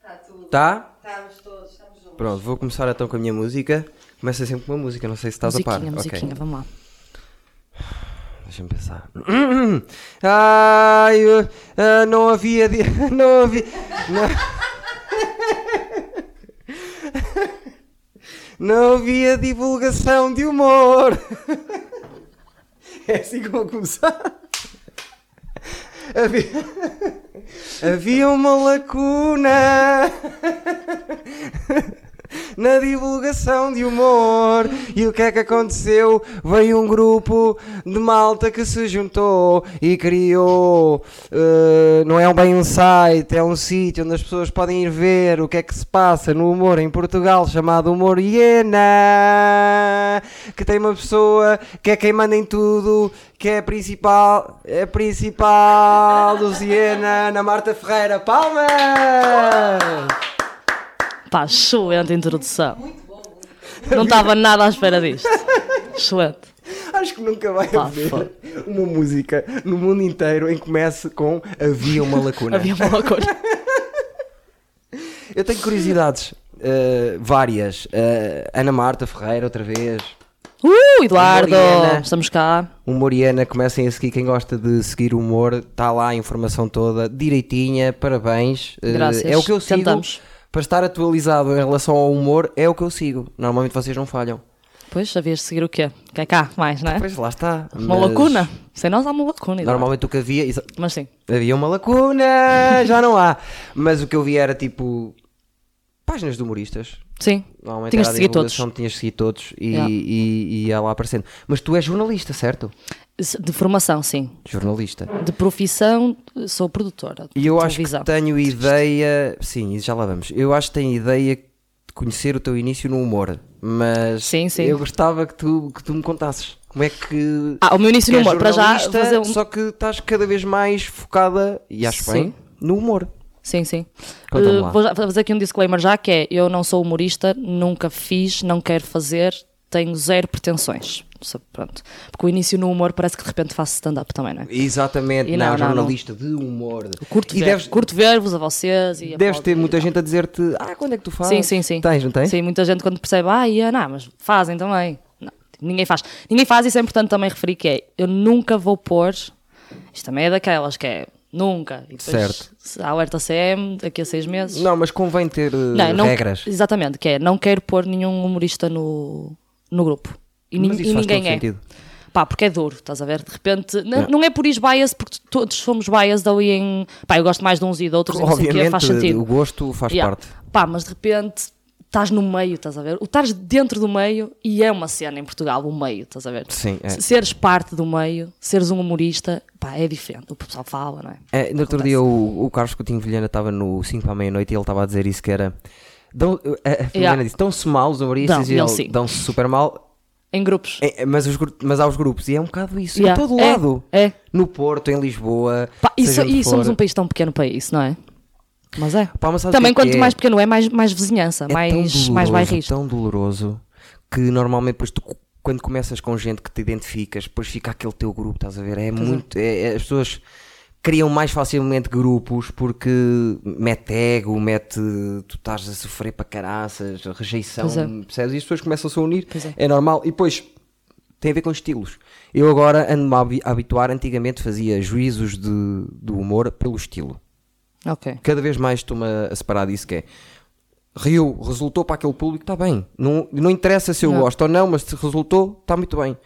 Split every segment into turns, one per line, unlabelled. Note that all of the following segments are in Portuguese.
Está tudo.
Tá?
Estamos todos, estamos juntos.
Pronto, vou começar então com a minha música. Começa sempre com uma música, não sei se estás a par.
musiquinha,
Ok.
musiquinha, vamos lá.
Deixa-me pensar. Ai, eu- ah, não havia. di- Não havia. Não, não havia divulgação de humor. É assim que vou começar. Havia, havia uma lacuna na divulgação de humor. E o que é que aconteceu? Veio um grupo de malta que se juntou e criou. eh, não é bem um site, é um sítio onde as pessoas podem ir ver o que é que se passa no humor em Portugal, chamado Humor Hiena. Que tem uma pessoa que é quem manda em tudo, que é a principal, é a principal do Hiena, Ana Marta Ferreira. Palmas!
Pá, excelente introdução. Não estava nada à espera disto. Excelente.
Acho que nunca vai
Pá,
haver
foda.
uma música no mundo inteiro em que comece com Havia uma lacuna.
Havia um- uma loucura.
Eu tenho curiosidades eh, várias. Eh, Ana Marta Ferreira, outra vez.
Uh, Eduardo,
Mariana.
estamos cá.
O Moriana, comecem a seguir. Quem gosta de seguir o humor, está lá a informação toda direitinha. Parabéns. Eh,
Graças.
é o que eu sigo.
Tentamos.
Para estar atualizado em relação ao humor, é o que eu sigo. Normalmente vocês não falham.
Pois, havias de seguir o quê? O que é cá, mais, não é?
Pois lá está.
Uma
mas
lacuna. Sem nós há uma lacuna. Eduardo.
Normalmente o que havia. exa-
Mas sim.
Havia uma lacuna, já não há. Mas o que eu vi era tipo páginas de humoristas.
Sim.
Normalmente
Tinhas
era
de
a
seguir todos.
divulgação, Tinhas de seguir todos e,
Yeah.
e, e ia lá aparecendo. Mas tu és jornalista, certo?
De formação, sim.
Jornalista.
De profissão, sou produtora.
E eu acho
televisão.
que tenho ideia. Sim, e já lá vamos. Eu acho que tenho ideia de conhecer o teu início no humor. Mas
Sim, sim.
eu gostava que tu, que tu me contasses. Como é que.
Ah, o meu início
que
no
és
humor, para já
jornalista,
fazer um-
Só que estás cada vez mais focada, e acho bem,
Sim.
no humor.
Sim, sim.
Conta-me
Eh,
Então, lá.
vou já fazer aqui um disclaimer já que é, eu não sou humorista, nunca fiz, não quero fazer, tenho zero pretensões. Só- Pronto. Porque o início no humor parece que de repente faço stand-up também, não é?
Exatamente,
E
não,
não, não,
jornalista de humor.
Curto,
e
ver,
deves,
curto ver-vos a vocês e a
deves ter
Paulo e
muita
tal.
gente a dizer-te: Ah, quando é que tu fazes?
Sim, sim, sim.
Tens, não tens?
Sim, muita gente quando percebe, ah, ia, não, mas fazem também. Não, tipo, ninguém faz. Ninguém faz, isso é importante também referir que é, eu nunca vou pôr, isto também é daquelas que é, nunca. E depois,
Certo.
se- Alerta CM, daqui a seis meses.
Não, mas convém ter eh,
Não, não-
regras.
Exatamente, que é, não quero pôr nenhum humorista no, no grupo. E, nin-
Mas isso
e
faz
ninguém
todo
é.
sentido.
Pá, porque é duro, estás a ver? De repente, n- não, é por isso bias, porque todos somos biased ali em. Pá, eu gosto mais de uns e de outros, e não sei o quê,
Obviamente,
faz sentido.
o gosto faz
Yeah.
parte.
Pá, mas de repente estás no meio, estás a ver? O estás dentro do meio e é uma cena em Portugal, o meio, estás a ver?
Sim, é.
Se- Seres parte do meio, seres um humorista, pá, é diferente. O pessoal fala, não é?
É, no outro dia, o, o Carlos Coutinho Vilhena estava no 5 para a meia-noite e ele estava a dizer isso: que era. Dão, eh, a a Vilhena
Yeah.
disse: Dão-se mal os humoristas
Dão,
e
dão
ele-
sim.
dão-se super mal,
Em grupos.
é, é, mas, os gru- mas há os grupos. E é um bocado isso,
Yeah.
em todo
É,
lado.
É.
No Porto, em Lisboa.
Pá, e,
seja
so-
onde
e somos
for.
um país tão pequeno para isso, não é? Mas é.
Pá, mas sabes o
Também
que é que
quanto
é?
mais pequeno é, mais, mais vizinhança,
É
mais,
tão doloroso,
mais bairrista.
tão doloroso que normalmente depois tu, quando começas com gente que te identificas, depois fica aquele teu grupo, estás a ver? É muito. é- é- as pessoas criam mais facilmente grupos porque mete ego, mete. Tu estás a sofrer para caraças, rejeição,
Pois é.
percebes? E as pessoas começam-se a unir,
Pois é.
é normal. E depois. Tem a ver com estilos. Eu agora ando-me a habi- a habituar. Antigamente fazia juízos de, do humor pelo estilo
Ok.
cada vez mais estou-me a- a separar disso que é Rio resultou para aquele público, está bem. Não, não interessa se eu
Não.
gosto ou não, mas se resultou, está muito bem.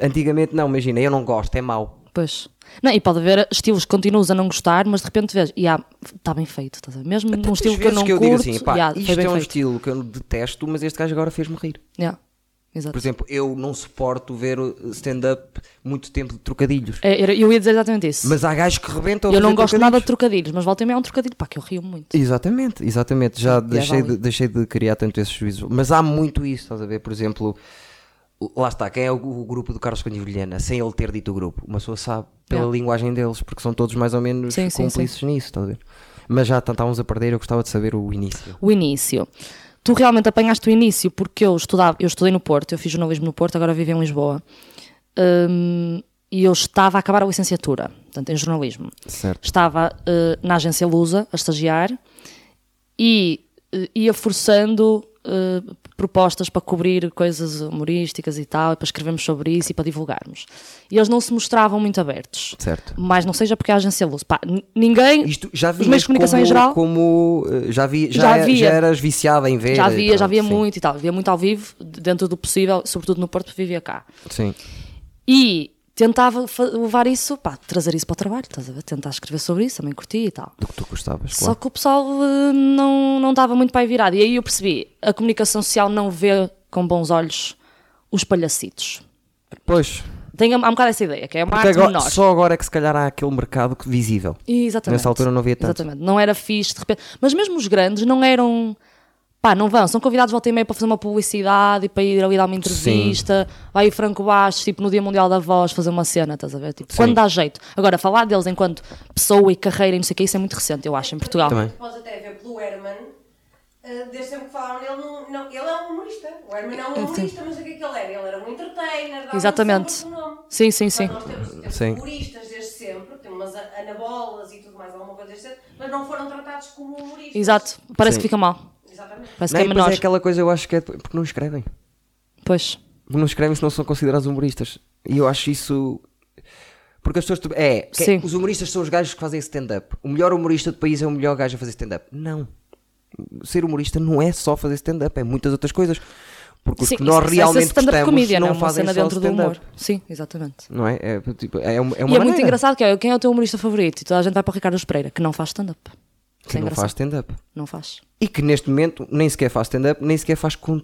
Antigamente não, imagina, eu não gosto, é mau.
Pois. Não, e pode haver estilos que continuas a não gostar, mas de repente vês, e há, está bem feito, estás a ver? Mesmo num Um estilo
Às
que eu
vezes
não
que eu
curto,
digo assim, pá,
yeah, foi
isto é
bem
um
feito.
estilo que eu detesto, mas este gajo agora fez-me rir.
Yeah. Exato.
Por exemplo, eu não suporto ver uh, stand-up muito tempo de trocadilhos.
É, era- eu ia dizer exatamente isso.
Mas há gajos que rebentam a
eu não
fazer
gosto
trocadilhos.
nada de trocadilhos, mas volta e meia é um trocadilho, pá, que eu rio muito.
Exatamente, exatamente. Já deixei, de,
é válido.
deixei de criar tanto esses juízos. Mas há muito isso, estás a ver? Por exemplo, lá está, quem é o, o grupo do Carlos Cunha Vilhena, sem ele ter dito o grupo? Uma pessoa sabe pela
Yeah.
linguagem deles, porque são todos mais ou menos
Sim, sim,
cúmplices nisso, estás a ver? Mas já tá- estávamos a perder, eu gostava de saber o início.
O início. Tu realmente apanhaste o início porque eu estudava, eu estudei no Porto, eu fiz jornalismo no Porto, agora vivo em Lisboa. Hum, e eu estava a acabar a licenciatura, portanto, em jornalismo.
Certo.
Estava eh, na agência Lusa a estagiar e eh, ia forçando eh, propostas para cobrir coisas humorísticas e tal, e para escrevermos sobre isso e para divulgarmos. E eles não se mostravam muito abertos.
Certo.
Mas não seja porque a agência Luz. Pá, n- ninguém.
Isto já
Os meios
vias
de comunicação
como,
em geral?
como, eh, já, vi, já,
Já
é-
via.
já eras viciada em ver.
Já
e
havia, já
pronto,
havia
sim.
muito e tal. Havia muito ao vivo, d- dentro do possível, sobretudo no Porto, porque vivia cá.
Sim.
E tentava fa- levar isso, pá, trazer isso para o trabalho, estás a ver? Tentar escrever sobre isso, também curti e tal.
Do que tu gostavas,
Só
claro.
que o pessoal eh, não, não estava muito para aí virado. E aí eu percebi, a comunicação social não vê com bons olhos os palhacitos.
Pois.
Tenho, há um bocado essa ideia, que é uma
Porque
arte
agora-
menor.
só agora é que se calhar há aquele mercado que- visível.
E, Exatamente.
Nessa altura não havia tanto.
Exatamente. Não era fixe, de repente. Mas mesmo os grandes não eram. Pá, não vão. São convidados volta e meia para fazer uma publicidade e para ir ali dar uma entrevista. Vai o Franco Bastos, tipo, no Dia Mundial da Voz, fazer uma cena, estás a ver? Tipo, quando dá jeito. Agora, falar deles enquanto pessoa e carreira e não sei o que, isso é muito recente, eu acho, em Portugal.
Também.
Podes até ver pelo Herman, eh, desde sempre que falaram nele, não, não, ele é um humorista. O Herman é um humorista, mas o que é que ele era? Ele era um entertainer, dava
Exatamente.
sempre o nome.
Sim, sim, sim.
Então, Nós temos, temos
Sim.
humoristas desde sempre, temos umas a- anabolas e tudo mais, alguma coisa desde sempre, mas não foram tratados como humoristas.
Exato. Parece
Sim.
que fica mal.
Exatamente.
Parece
Não, e
que é
depois
menor.
é aquela coisa, eu acho que é de- porque não escrevem.
Pois.
Não escrevem se não são considerados humoristas. E eu acho isso. Porque as pessoas. tu- É, que-
Sim.
os humoristas são os gajos que fazem stand-up. O melhor humorista do país é o melhor gajo a fazer stand-up. Não. Ser humorista não é só fazer stand-up, é muitas outras coisas. Porque os
Sim,
que nós
isso- isso é
realmente
stand-up
gostamos
comedian,
não
é uma
fazem
cena
só
dentro do
stand-up.
humor. Sim, exatamente.
Não é? É, tipo, é uma, é uma
e é muito
maneira.
engraçado que é quem é o teu humorista favorito? E toda a gente vai para o Ricardo Pereira, que não faz stand-up. Isso
Que
é
não
engraçado.
faz stand-up.
Não faz.
E que neste momento nem sequer faz stand-up, nem sequer faz con-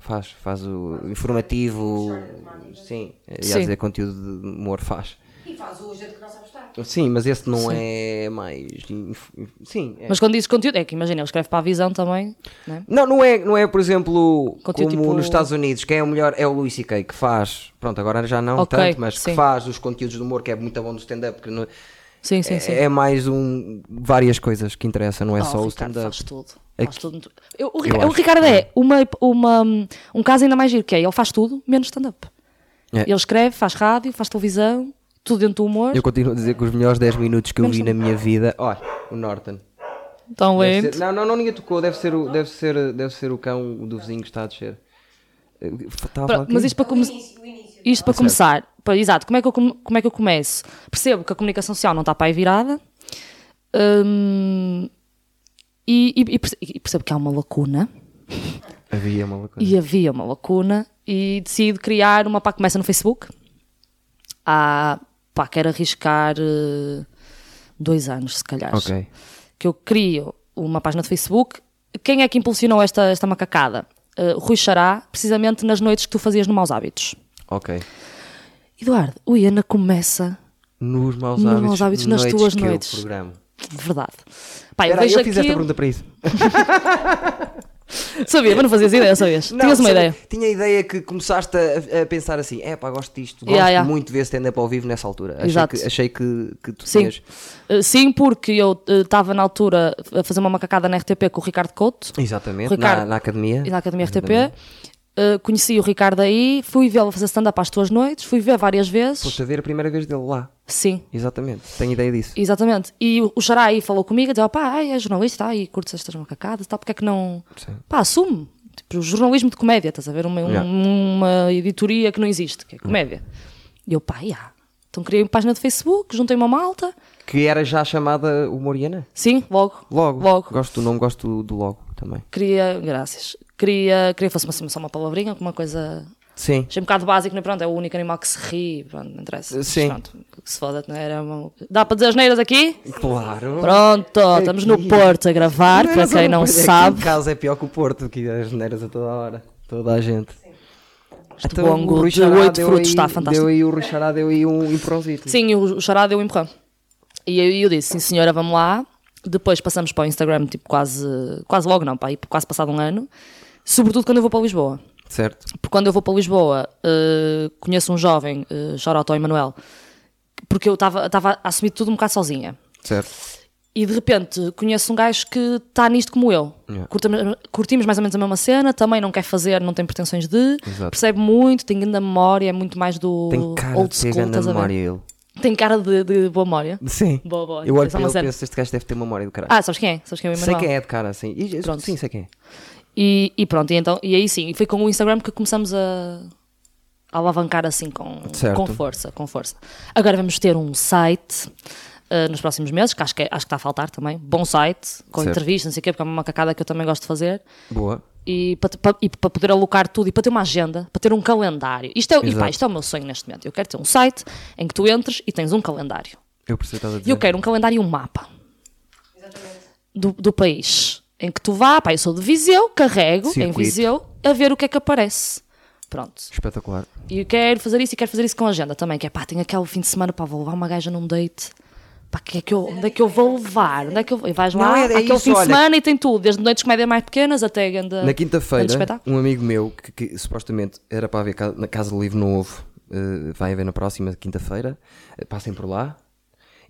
faz, faz o informativo. Sim, ia
Sim.
dizer é conteúdo de humor faz.
E faz o gente que não sabe estar.
Sim, mas esse não é mais. inf- Sim, é.
Mas quando dizes conteúdo, é que imagina, ele escreve para a visão também, né?
Não, não é, não é, por exemplo,
Conteúdo
como
tipo-
nos Estados Unidos, quem é o melhor é o Louis C.K. que faz, pronto, agora já não
Ok,
tanto, mas que
sim.
faz os conteúdos de humor, que é muito bom do stand-up, que não-
Sim, sim,
é,
sim.
é mais um, várias coisas que interessa, não é
Oh,
só o
Ricardo
stand-up.
faz tudo. Faz
Aqui-
tudo muito- Eu- o,
Eu
Rica- o
acho que
Ricardo
sim.
é uma, uma, um caso ainda mais giro, que é ele faz tudo, menos stand-up.
É.
Ele escreve, faz rádio, faz televisão, tudo dentro do humor.
Eu continuo a dizer que os melhores 10 minutos que eu vi na minha vida, olha, o Norton.
Tão
Deve
lento.
ser- não, não, não, ninguém tocou. Deve ser, o, deve, ser, deve ser o cão do vizinho que está a descer. Eu- eu Estava a falar
Pronto, Mas
aqui.
isto para começar.
Início, o início.
Isto para começar, para- exato, como é, que eu, come- como é que eu começo? Percebo que a comunicação social não está para aí virada hum, e, e- e perce- e percebo que há uma lacuna
Havia uma coisa.
e havia uma lacuna e decido criar uma pá, começa no Facebook. Há, pá, quero arriscar eh, dois anos, se calhar
Ok.
que eu crio uma página de Facebook. Quem é que impulsionou esta, esta macacada? Eh, Rui Xará, precisamente nas noites que tu fazias no Maus Hábitos.
Ok.
Eduardo, o Iana começa.
Nos maus
Nos
hábitos.
maus hábitos, nas tuas
que eu
noites.
programo.
Verdade. Pá, eu
Espera aí,
vejo
eu fiz esta
aquilo-
pergunta para isso.
Sabia, mas não fazias ideia, sabias? Tinhas uma
sabe,
ideia.
Tinha a ideia que começaste a, a pensar assim: é pá, gosto disto, gosto
Yeah, yeah.
muito de ver stand-up ao vivo nessa altura. Achei
Exato.
que, achei que, que tu
Sim.
tinhas.
Eh, Sim, porque eu estava na altura a fazer uma macacada na RTP com o Ricardo Couto.
Exatamente, na,
Ricardo-
na academia.
e na Academia RTP. Eh, conheci o Ricardo aí, fui vê-lo a fazer stand-up às tuas noites, fui ver várias vezes.
Foste a ver a primeira vez dele lá.
Sim,
Exatamente, tenho ideia disso.
Exatamente. E o- o Xará aí falou comigo, disse, pá, ai, é jornalista, ai, curtes estas macacadas, tá, porque é que não...
Sim.
Pá, assume. Tipo, o jornalismo de comédia, estás a ver? Uma, um-
Yeah.
uma editoria que não existe, que é comédia. E eu, pá, já. Então criei uma página de Facebook, juntei uma malta.
Que era já chamada Humoriana?
Sim, logo.
Logo.
Logo.
Gosto do nome, gosto do logo também.
Queria, graças, queria, queria que fosse uma, assim, só uma palavrinha, alguma coisa...
Sim.
Achei um bocado básico, não é? Pronto, é o único animal que se ri, pronto, não interessa. Mas
Eh, Sim.
Pronto, que se foda, não é? era uma... Dá para dizer as neiras aqui?
Claro.
Pronto, estamos no Porto a gravar, para quem não sabe.
O caso é pior que o Porto, que as geneiras a toda hora. Toda a gente.
Este bongo de oito
Então, deu
frutos
aí-
está fantástico.
Deu aí o Rui Xará, deu aí um improzito.
Sim, o, o chará deu um empurrão. E eu, eu disse, sim senhora, vamos lá. Depois passamos para o Instagram, tipo quase, quase logo não, pá, aí quase passado um ano. Sobretudo quando eu vou para Lisboa.
Certo.
Porque quando eu vou para Lisboa, eh, conheço um jovem, uh, Choroto Emanuel, porque eu estava estava a assumir tudo um bocado sozinha.
Certo.
E de repente conheço um gajo que está nisto como eu.
Yeah.
Curtam- Curtimos mais ou menos a mesma cena, também não quer fazer, não tem pretensões de.
Exato.
Percebe muito, tem grande memória, é muito mais do
Tem cara
old
de ter
school,
grande
estás a ver?
memória ele.
Tem cara de, de boa memória.
Sim.
Boa, boa.
Eu olho
Só
para ele
uma
e
cena.
penso, este gajo deve ter memória do caralho.
Ah, sabes quem é? Sabes quem é o
sei
Emanuel?
quem é de cara, sim. E,
Pronto.
Sim, sei quem é.
E, e pronto, e, então, e aí sim, e foi com o Instagram que começamos a, a alavancar assim com,
Certo.
com força, com força. Agora vamos ter um site eh, nos próximos meses, que acho que, é- acho que está a faltar também, bom site, com
Certo.
entrevistas, não sei o quê, porque é uma macacada que eu também gosto de fazer,
Boa.
e para, para- e para poder alocar tudo, e para ter uma agenda, para ter um calendário. Isto é, e
Exato.
pá, isto é o meu sonho neste momento, eu quero ter um site em que tu entres e tens um calendário.
Eu percebo o que estás a dizer.
E eu quero um calendário e um mapa
Exatamente.
do, do país em que tu vá, pá, eu sou de Viseu, carrego em
Circuito.
Viseu a ver o que é que aparece. Pronto.
Espetacular.
E eu quero fazer isso e quero fazer isso com a agenda também, que é pá, tenho aquele fim de semana, pá, vou levar uma gaja num date. Pá, que é que eu, onde é que eu vou levar? Onde é que eu vou? E vais lá,
Não, é- é
aquele
isso,
fim de
olha.
semana e tem tudo, desde noites de comédia mais pequenas até ganda,
Na quinta-feira,
espetáculo.
um amigo meu que, que supostamente era para haver ca- na Casa do Livro não houve, eh, vai haver na próxima quinta-feira, eh, passem por lá.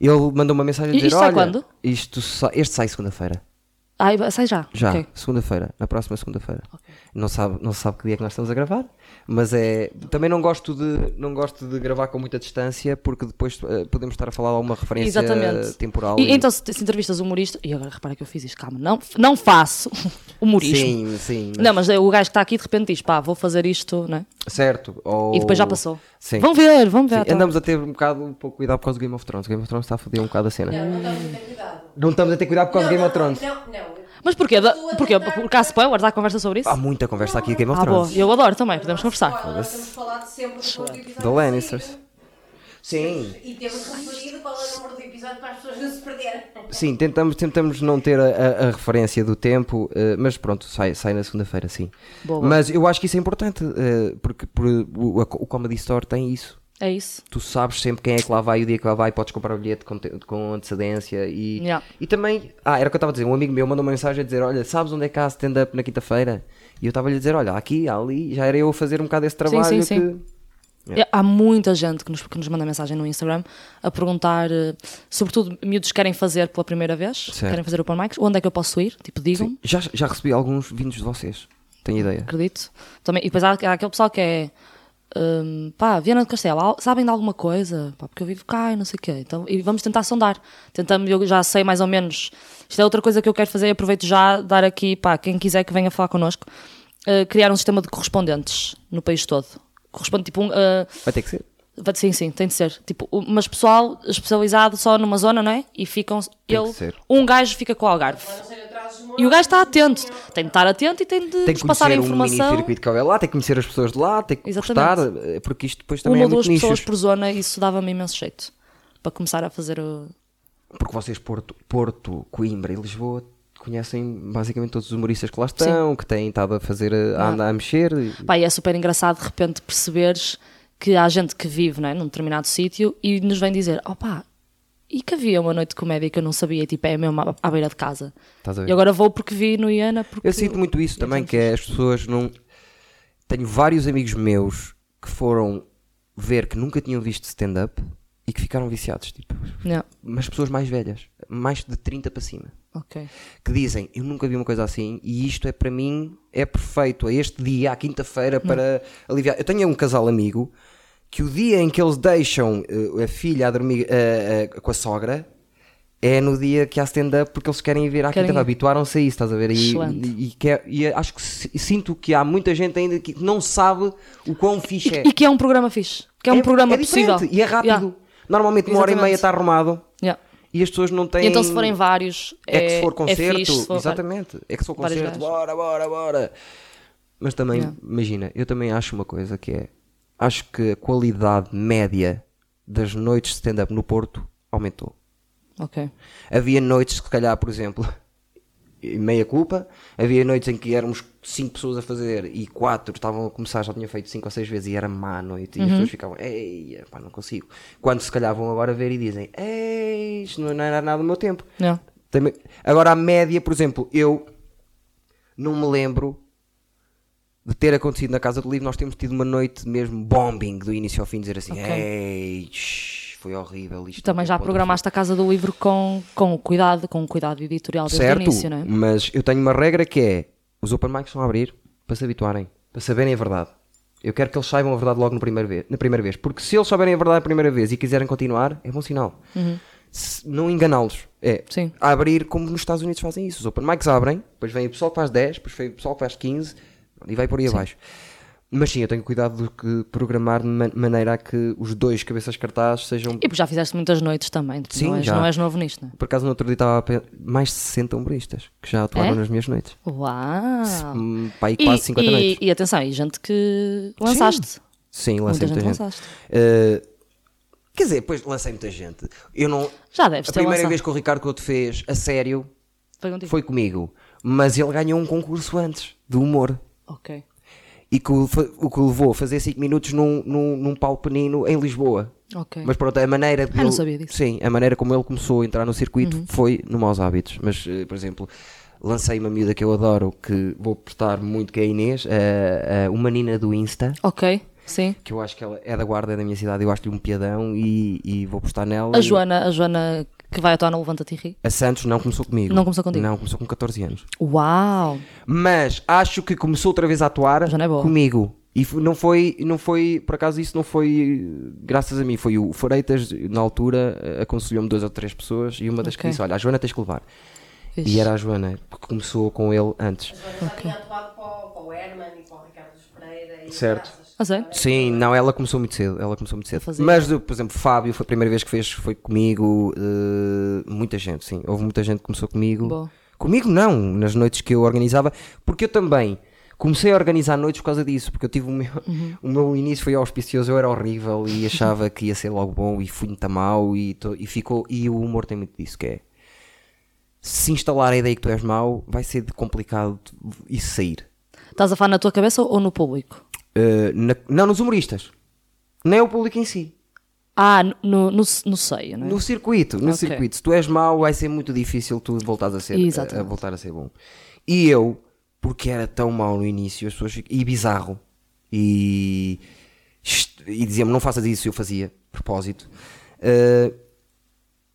Ele mandou uma mensagem a
E
dizer:
isto sai
Olha,
quando?
Isto sa- este sai segunda-feira.
Ai, sai já.
Já,
Ok.
segunda-feira, na próxima segunda-feira. Não sabe, não sabe que dia é que nós estamos a gravar, mas é. Também não gosto de, não gosto de gravar com muita distância porque depois eh, podemos estar a falar de alguma referência
Exatamente.
temporal.
E, Então, se, se entrevistas humorista. E agora repara que eu fiz isto, calma, não, não faço humorismo.
Sim, sim.
Não, mas é, o gajo que está aqui de repente diz, pá, vou fazer isto, não é?
Certo. ou-
E depois já passou.
Sim.
Vão ver, vão ver.
Sim,
então.
andamos a ter um bocado um pouco cuidado por causa do Game of Thrones. O Game of Thrones está a foder um bocado a
Hum.
cena.
Não, não estamos a ter cuidado.
Não estamos a ter cuidado por causa do Game
não,
of Thrones.
Não, não.
Mas porquê? Da-
Estou a
Porquê?
tentar-
Porque há spoilers, há conversa sobre isso?
Há muita conversa aqui de Game of
Ah, boa.
Thrones.
Eu adoro também, podemos conversar.
Olha, nós temos falado sempre do ponto de episódio
Da Lannisters.
seguinte.
Sim.
E temos referido qual é o número do episódio para as pessoas não se perderem.
Sim, tentamos, tentamos não ter a, a- a referência do tempo, eh, mas pronto, sai, sai na segunda-feira, sim.
Boa.
Mas eu acho que isso é importante, eh, porque por- o, a- o Comedy Store tem isso.
É isso.
Tu sabes sempre quem é que lá vai, o dia que lá vai, podes comprar o bilhete com, te- com antecedência e,
Yeah.
e também, ah, era o que eu estava a dizer, um amigo meu mandou uma mensagem a dizer, olha, sabes onde é que há stand-up na quinta-feira? E eu estava-lhe a dizer, olha, há aqui, há ali, já era eu a fazer um bocado esse trabalho
sim,
que...
sim. É, Há muita gente que nos, que nos manda mensagem no Instagram a perguntar, eh, sobretudo miúdos que querem fazer pela primeira vez,
Certo.
querem fazer o Open Mics, onde é que eu posso ir? Tipo, digam-me,
Sim, já, já recebi alguns vindos de vocês, tenho ideia.
acredito. Também, e depois há, há aquele pessoal que é, hum, pá, Viana do Castelo, al- sabem de alguma coisa? Pá, porque eu vivo cá e não sei o quê. Então, e vamos tentar sondar. Tentamos, eu já sei mais ou menos. Isto é outra coisa que eu quero fazer e aproveito já dar aqui, pá, quem quiser que venha falar connosco, eh, criar um sistema de correspondentes no país todo. Corresponde tipo um... eh,
Vai ter que ser.
Vai- Sim, sim, tem de ser. Tipo, o- mas pessoal especializado só numa zona, não é? E ficam.
Tem
ele,
que ser.
Um gajo fica com o Algarve.
Não sei, eu trazo os
E o
números.
gajo está atento. Tem de estar atento e tem de
tem
nos
que
passar a
conhecer um mini
informação.
circuito que houver lá, tem que conhecer as pessoas de lá, tem que
Exatamente.
gostar, eh, porque isto depois
Uma
também
ou
é
duas
muito nicho.
pessoas por zona, isso dava-me imenso jeito. Para começar a fazer o.
Porque vocês, Porto, Porto, Coimbra e Lisboa, conhecem basicamente todos os humoristas que lá estão, que têm estado a fazer, eh, a, andar a mexer. e-
Pá, e é super engraçado de repente perceberes que há gente que vive não é, num determinado sítio e nos vem dizer: opá, e que havia uma noite de comédia que eu não sabia, tipo, é mesmo à, à beira de casa.
Estás a ver?
E agora vou porque vi no Iana. Porque...
Eu sinto muito isso também, que é as pessoas não. Tenho vários amigos meus que foram ver que nunca tinham visto stand-up e que ficaram viciados, tipo.
Não,
Mas pessoas mais velhas, mais de 30 para cima.
ok.
que dizem eu nunca vi uma coisa assim e isto é para mim é perfeito é este dia à quinta-feira para
Hum.
aliviar eu tenho um casal amigo que o dia em que eles deixam eh, a filha a dormir eh, eh, com a sogra é no dia que há stand-up porque eles querem vir à
Querem
quinta-feira
ir.
habituaram-se a isso estás a ver e,
Excelente.
e, e quer- e é, acho que si- sinto que há muita gente ainda que não sabe o quão fixe é
E que é um programa fixe. Que é um programa
diferente
possível.
e é rápido
Yeah,
normalmente uma hora e
Exatamente.
meia está arrumado
yeah.
e as pessoas não têm
E então, se forem vários,
é que se for
é fixe,
concerto,
se for-
exatamente. É que se for
vários
concerto,
gajos.
bora, bora, bora. Mas também, imagina, eu também acho uma coisa que é: acho que a qualidade média das noites de stand-up no Porto aumentou.
Ok.
Havia noites, que, se calhar, por exemplo, e meia culpa, havia noites em que éramos cinco pessoas a fazer e quatro estavam a começar, já tinha feito cinco ou seis vezes e era má a noite.
Uhum.
E as pessoas ficavam, ei, pá, não consigo. Quando se calhar vão agora ver e dizem, ei, isto não não era nada do meu tempo.
Yeah.
Também- Agora, a média, por exemplo, eu não me lembro de ter acontecido na Casa do Livro. Nós temos tido uma noite mesmo bombing do início ao fim, dizer assim:
Ok.
ei, shh, foi horrível isto.
Também já
pode-
programaste a casa do livro com, com o cuidado, com o cuidado editorial desde
Certo,
o início, não é?
mas eu tenho uma regra que é: os open mics vão abrir para se habituarem, para saberem a verdade. Eu quero que eles saibam a verdade logo no primeiro ve- na primeira vez. Porque se eles souberem a verdade na primeira vez e quiserem continuar, é bom sinal. Se- não enganá-los. É
Uhum. Sim.
abrir como nos Estados Unidos fazem isso. Os open mics abrem, depois vem o pessoal que faz 10, depois vem o pessoal que faz 15 e vai por aí abaixo. Mas sim, eu tenho cuidado de que programar de ma- maneira a que os dois cabeças de cartaz sejam.
E porque já fizeste muitas noites também, tu
Sim,
não, és,
já.
não és novo nisto, né?
Por acaso, no outro dia estava a pe- mais de 60 humoristas que já atuaram
É?
nas minhas noites.
Uau!
Hum, pá, aí quase 50
Ah. e,
noites.
e atenção, e gente que lançaste.
Sim, lancei muita,
Muita gente
gente.
lançaste.
Eh, quer dizer, depois lancei muita gente. Eu não.
Já deves
a
ter
primeira
lançado.
vez que o Ricardo Couto fez a sério
Foi contigo?
foi comigo, mas ele ganhou um concurso antes de humor.
Ok.
E que o, fa- o que o levou a fazer 5 minutos num, num, num pau penino em Lisboa.
Ok. Ah,
Mas pronto, a maneira. de
não
ele-
sabia disso. Uhum.
Sim, a maneira como ele começou a entrar no circuito foi no Maus Hábitos. Mas, eh, por exemplo, lancei uma miúda que eu adoro, que vou postar muito, que é a Inês, a- a uma nina do Insta.
Ok, sim.
que eu acho que ela é da guarda da minha cidade, eu acho-lhe um piadão e, e vou postar nela.
A
E-
Joana, a Joana que vai atuar no Levanta-te e Ri.
A Santos não começou comigo.
Não começou contigo?
Não, começou com 14 anos.
Uau!
Mas acho que começou outra vez a atuar
Já não é boa.
comigo. E f- não foi, não foi, por acaso isso não foi eh, graças a mim, foi o Freitas, na altura, eh, aconselhou-me duas ou três pessoas e uma das que
Ok.
disse: Olha, a Joana tens que levar.
Fixe.
E era a Joana, porque começou com ele antes.
Mas já tinha atuado para, o- para o Herman e para o Ricardo dos Pereira e
Certo.
graças.
Ah, sério?
Sim, não, ela começou muito cedo. Ela começou muito cedo.
fazer.
Mas, por exemplo, Fábio foi a primeira vez que fez, foi comigo. eh, muita gente, sim. Houve muita gente que começou comigo.
Boa.
Comigo não, nas noites que eu organizava, porque eu também comecei a organizar noites por causa disso, porque eu tive o meu,
Uhum.
o meu início foi auspicioso, eu era horrível e achava que ia ser logo bom e fui muito mal e, to- e ficou, e o humor tem muito disso, que é se instalar a ideia que tu és mau, vai ser de complicado isso sair.
Estás a falar na tua cabeça ou no público?
Uh, na- não nos humoristas, nem o público em si.
Ah, no, no, no, no seio, não é?
No circuito, no
Ok.
circuito. Se tu és mau, vai ser muito difícil tu voltares a ser a, a
Exatamente.
voltar a ser bom. E eu, porque era tão mau no início, as pessoas fic- e bizarro. E, est- e diziam-me, não faças isso, eu fazia, de propósito. Uh,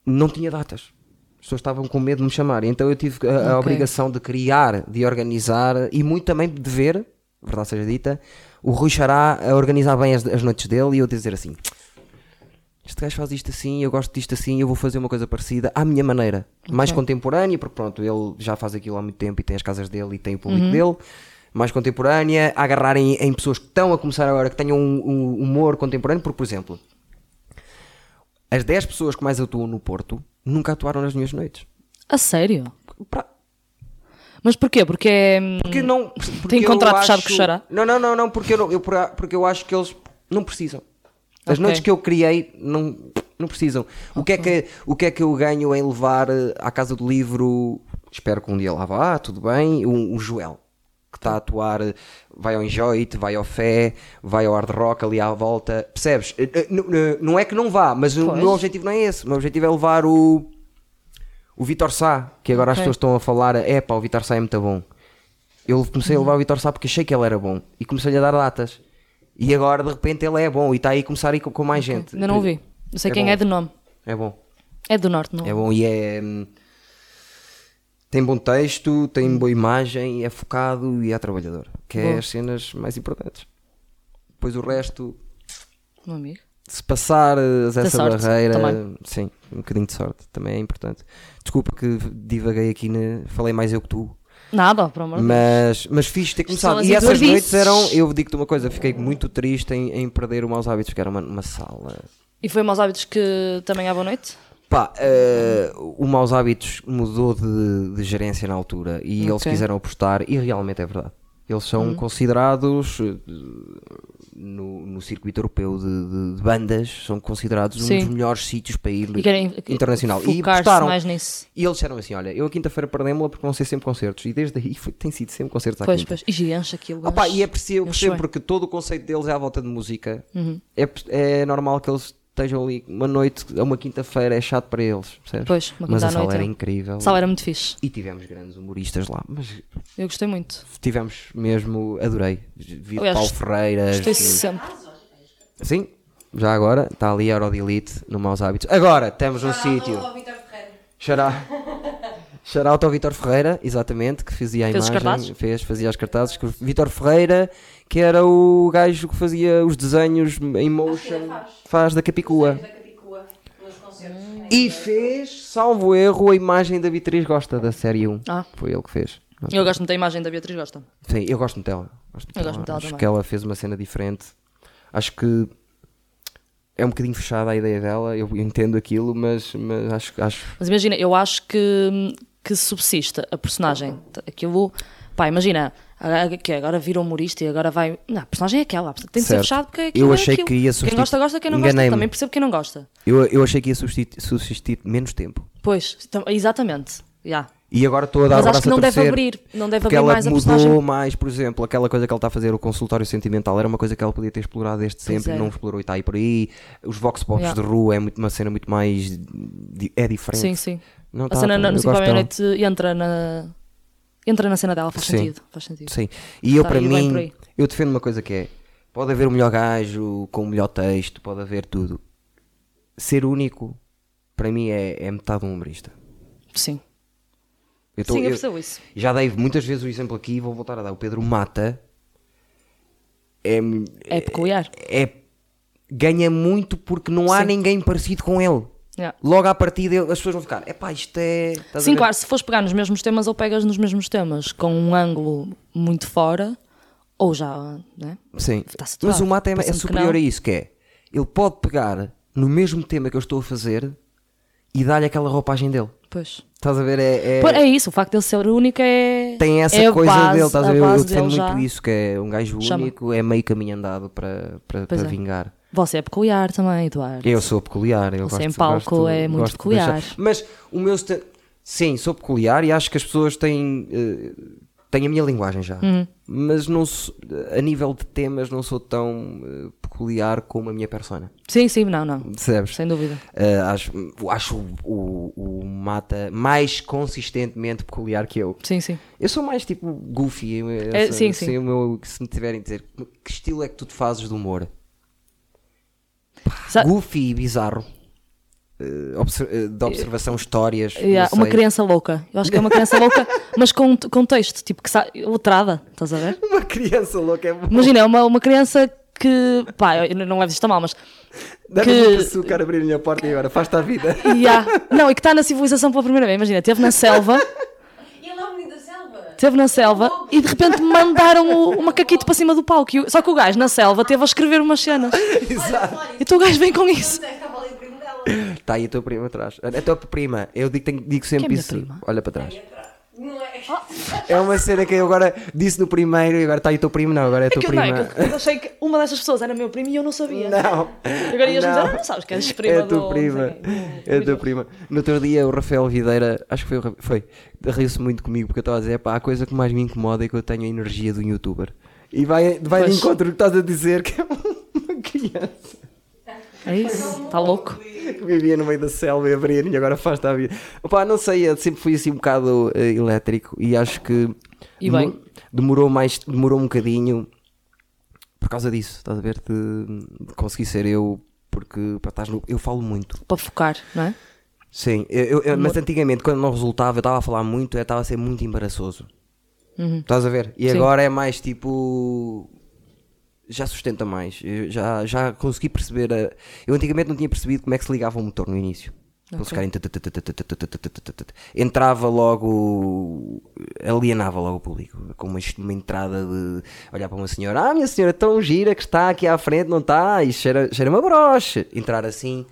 não tinha datas. As pessoas estavam com medo de me chamar. Então eu tive a, a
Ok.
obrigação de criar, de organizar e muito também de ver, verdade seja dita, o Rui Xará a organizar bem as, as noites dele e eu dizer assim: este gajo faz isto assim, eu gosto disto assim, eu vou fazer uma coisa parecida à minha maneira, mais contemporânea, porque pronto, ele já faz aquilo há muito tempo e tem as casas dele e tem o público dele, mais contemporânea, a agarrarem em pessoas que estão a começar agora, que tenham um, um humor contemporâneo, porque, por exemplo, as 10 pessoas que mais atuam no Porto nunca atuaram nas minhas noites.
A sério?
Pra-
Mas porquê? Porque é. hum,
Porque não. Porque
Tem
eu
contrato
acho-
fechado com o Xará?
Não, não, não, não, porque eu, não- eu por- porque eu acho que eles não precisam. As
Ok.
noites que eu criei não, não precisam. O, que é que, o que é que eu ganho em levar eh, à casa do livro? Espero que um dia lá vá, tudo bem. O, o Joel, que está a atuar, eh, vai ao Enjoy, vai ao Fé, vai ao Hard Rock ali à volta. Percebes? Eh, eh, n- n- Não é que não vá, mas o
Pois.
meu objetivo não é esse. O meu objetivo é levar o. O Vitor Sá, que agora as
Ok.
pessoas estão a falar, é pá, o Vitor Sá é muito bom. Eu comecei
Uhum.
a levar o Vitor Sá porque achei que ele era bom e comecei-lhe a dar datas. E agora de repente ele é bom e está aí a começar a ir com, com mais gente.
Ainda não ouvi. Não sei quem
bom.
é de nome.
É bom,
É do norte, não?
é bom e é. hum, Tem bom texto, tem boa imagem, é focado e é trabalhador. Que é
Uhum. Boa.
as cenas mais importantes. Depois o resto,
Meu amigo.
se passar eh, essa
sorte,
barreira,
também.
sim, um bocadinho de sorte também é importante. Desculpa que divaguei aqui, na- falei mais eu que tu.
Nada, por amor de Deus.
Mas, mas fixe ter começado.
as
E essas
endoidices.
noites eram, eu digo-te uma coisa, fiquei muito triste em, em perder o Maus Hábitos, que era uma, uma sala.
E foi maus hábitos que também à boa noite?
Pá, eh, o Maus Hábitos mudou de, de gerência na altura e eles
Ok. Hum.
quiseram apostar, e realmente é verdade. Eles são considerados eh, no, no circuito europeu de, de- de bandas, são considerados um
Sim.
dos melhores sítios para ir
E querem eh,
internacional. E
focar-se
apostaram.
mais nisso.
E eles disseram assim: olha, eu a quinta-feira perdemos-la porque vão ser sempre concertos. E desde aí foi- tem sido sempre concertos à
Pois,
quinta.
pois. E enche aquilo.
então. Opa,
enche.
e é percebo,
Eles
percebo
são. Uhum.
porque todo o conceito deles é à volta de música. É, per- é normal que eles estejam ali uma noite, a uma quinta-feira, é chato para eles, percebes?
Pois, uma
mas a
quinta à
sala
noite,
era
é.
incrível.
A sala era muito fixe.
E tivemos grandes humoristas lá, mas
Eu gostei muito.
tivemos mesmo, adorei. Vi
Aliás,
Paulo Ferreira.
Gostei
vi-
sempre.
Sim, já agora, está ali a Eurodelete no Maus Hábitos. Agora, estamos num
Ah, não,
sítio.
não, Vitor Ferreira.
Xará. Shoutout ao Vitor Ferreira, exatamente, que fazia a
Fez os
imagem,
cartazes?
fez, fazia os cartazes. que o Vitor Ferreira, que era o gajo que fazia os desenhos em motion,
faz.
faz da Capicua.
Da Capicua, nos concertos.
E fez, salvo erro, a imagem da Beatriz Gosta da série 1.
Ah.
Foi ele que fez.
Eu gosto muito da imagem da Beatriz Gosta.
Sim, eu gosto muito dela. Gosto muito
Eu gosto muito dela
Acho
também.
que ela fez uma cena diferente. Acho que é um bocadinho fechada a ideia dela. Eu entendo aquilo, mas, mas acho que. Acho...
Mas imagina, eu acho que, que subsiste a personagem. Aquilo, pá, imagina, a- que agora vira humorista e agora vai. Não, a personagem é aquela, tem de ser
Certo.
fechado porque
Eu
aquilo é
achei
aquilo.
que ia substitu-
Quem gosta, gosta, quem não gosta,
Enganei-me.
também percebo quem não gosta.
Eu, eu achei que ia subsistir, subsistir menos tempo.
Pois, tam- exatamente. já
E agora estou a dar
Mas
o
acho
braço
que
a
não deve
torcer,
abrir, não deve
porque
abrir
ela
mais a
mudou
personagem.
mais, por exemplo, aquela coisa que ela está a fazer, o consultório sentimental, era uma coisa que ela podia ter explorado desde sempre,
é.
não explorou e está aí por aí. Os vox pops
Yeah.
de rua é muito, uma cena muito mais. di- É diferente.
Sim, sim.
Não
a
tá,
cena
tá,
na,
eu
no 5
gosto
à
dela.
noite entra na. Entra na cena dela, faz
Sim.
sentido. Faz sentido.
Sim. E eu,
Tá,
para
e bem
mim,
por aí.
eu defendo uma coisa que é: pode haver o melhor gajo, com o melhor texto, pode haver tudo. Ser único, para mim, é, é metade um humorista.
Sim.
Eu tô-
Sim, eu
eu-
percebo isso.
Já dei muitas vezes o exemplo aqui e vou voltar a dar. O Pedro Mata é,
É peculiar.
é- ganha muito porque não há ninguém parecido com ele.
Yeah.
Logo à partida, as pessoas vão ficar: epá, isto é. estás a
Sim,
ver?"
claro, se fores pegar nos mesmos temas ou pegas nos mesmos temas com um ângulo muito fora, ou já, né?
Sim.
Tá saturado.
Mas o Mata é, é
Parece-me que
superior a
não.
isso, que é ele pode pegar no mesmo tema que eu estou a fazer e dar-lhe aquela roupagem dele.
Pois.
Estás a ver? É, é-
Pô, É, isso, o facto de ele ser único é.
tem essa
é a
coisa
base-
dele, estás a
a
ver? Eu
base
defendo muito
dele já.
isso, que é um gajo
Chama.
único, é meio caminho andado para, para,
Pois
para
é.
vingar.
Você é peculiar também, Eduardo.
Eu sou peculiar, eu
Você
gosto
em palco
gosto-
é muito
gosto de
peculiar.
deixar- Mas o meu. sta- Sim, sou peculiar e acho que as pessoas têm. eh, têm a minha linguagem já.
Uhum.
Mas não sou- a nível de temas, não sou tão eh, peculiar como a minha persona.
Sim, sim, não, não.
Percebes?
Sem dúvida.
Uh, acho acho o, o- o Mata mais consistentemente peculiar que eu.
Sim, sim.
Eu sou mais tipo goofy. eu- eu
É,
sou-
sim, sim.
sei o meu- se me tiverem a dizer que estilo é que tu te fazes de humor?
Sa-
Goofy e bizarro. Uh, obser- uh, de observação, histórias.
Yeah,
não
uma
sei.
criança louca. Eu acho que é uma criança louca, mas com, com texto, tipo, que sa... letrada, estás a ver?
Uma criança louca é bom.
Imagina, é uma, uma criança que. pá, eu não leves isto a mal, mas.
Dá-me
que-
um açúcar abrir-lhe a porta e agora faz-te a vida.
Yeah. Não, e que está na civilização pela primeira vez. Imagina, esteve na selva,
E ele é o menino da selva.
esteve na selva e de repente mandaram o, o macaquito para cima do palco. E o- Só que o gajo na selva teve a escrever umas cenas.
Exato.
E tu o gajo vem com isso.
Estava ali o primo dela.
Está aí a tua prima atrás. A tua prima, eu digo, tenho- digo sempre
Quem é a minha
isso.
prima?
Olha para trás.
Não é?
Ah.
É uma cena que eu agora disse no primeiro e agora está aí o teu primo, não, agora é a tua
Que eu, não,
prima.
é que eu, eu achei que uma dessas pessoas era meu primo e eu não sabia.
Não.
Agora ias-me dizer,
Não.
ah, não sabes que és prima
É a
do-
tua
não
prima.
sei quem, do-
É a tua prima. No outro dia o Rafael Videira, acho que foi o Ra- foi, riu-se muito comigo porque eu estava a dizer, pá, a coisa que mais me incomoda é que eu tenho a energia de um youtuber. E vai, vai de
Pois.
encontro do que estás a dizer que é uma criança
É isso,
Tá
está louco.
que vivia no meio da selva e abria e agora faz-te a vida. Opá, não sei, eu sempre fui assim um bocado eh, elétrico e acho que
E bem.
demo- demorou mais, demorou um bocadinho por causa disso, estás a ver? De, de conseguir ser eu, porque pá, estás no- eu falo muito.
Para focar, não é?
Sim, eu- eu- eu- mas antigamente quando não resultava, eu estava a falar muito, eu estava a ser muito embaraçoso.
Uhum.
Estás a ver? E
Sim.
agora é mais tipo. Já sustenta mais. Eu já, já consegui perceber. a- Eu antigamente não tinha percebido como é que se ligava o motor no início. Para eles ficarem tut, tut, tut, tut, tut, tut, tut, tut, tut. Entrava logo. alienava logo o público. Com uma, uma entrada de olhar para uma senhora: Ah, minha senhora, tão gira que está aqui à frente, não está? E cheira, cheira uma broche. Entrar assim,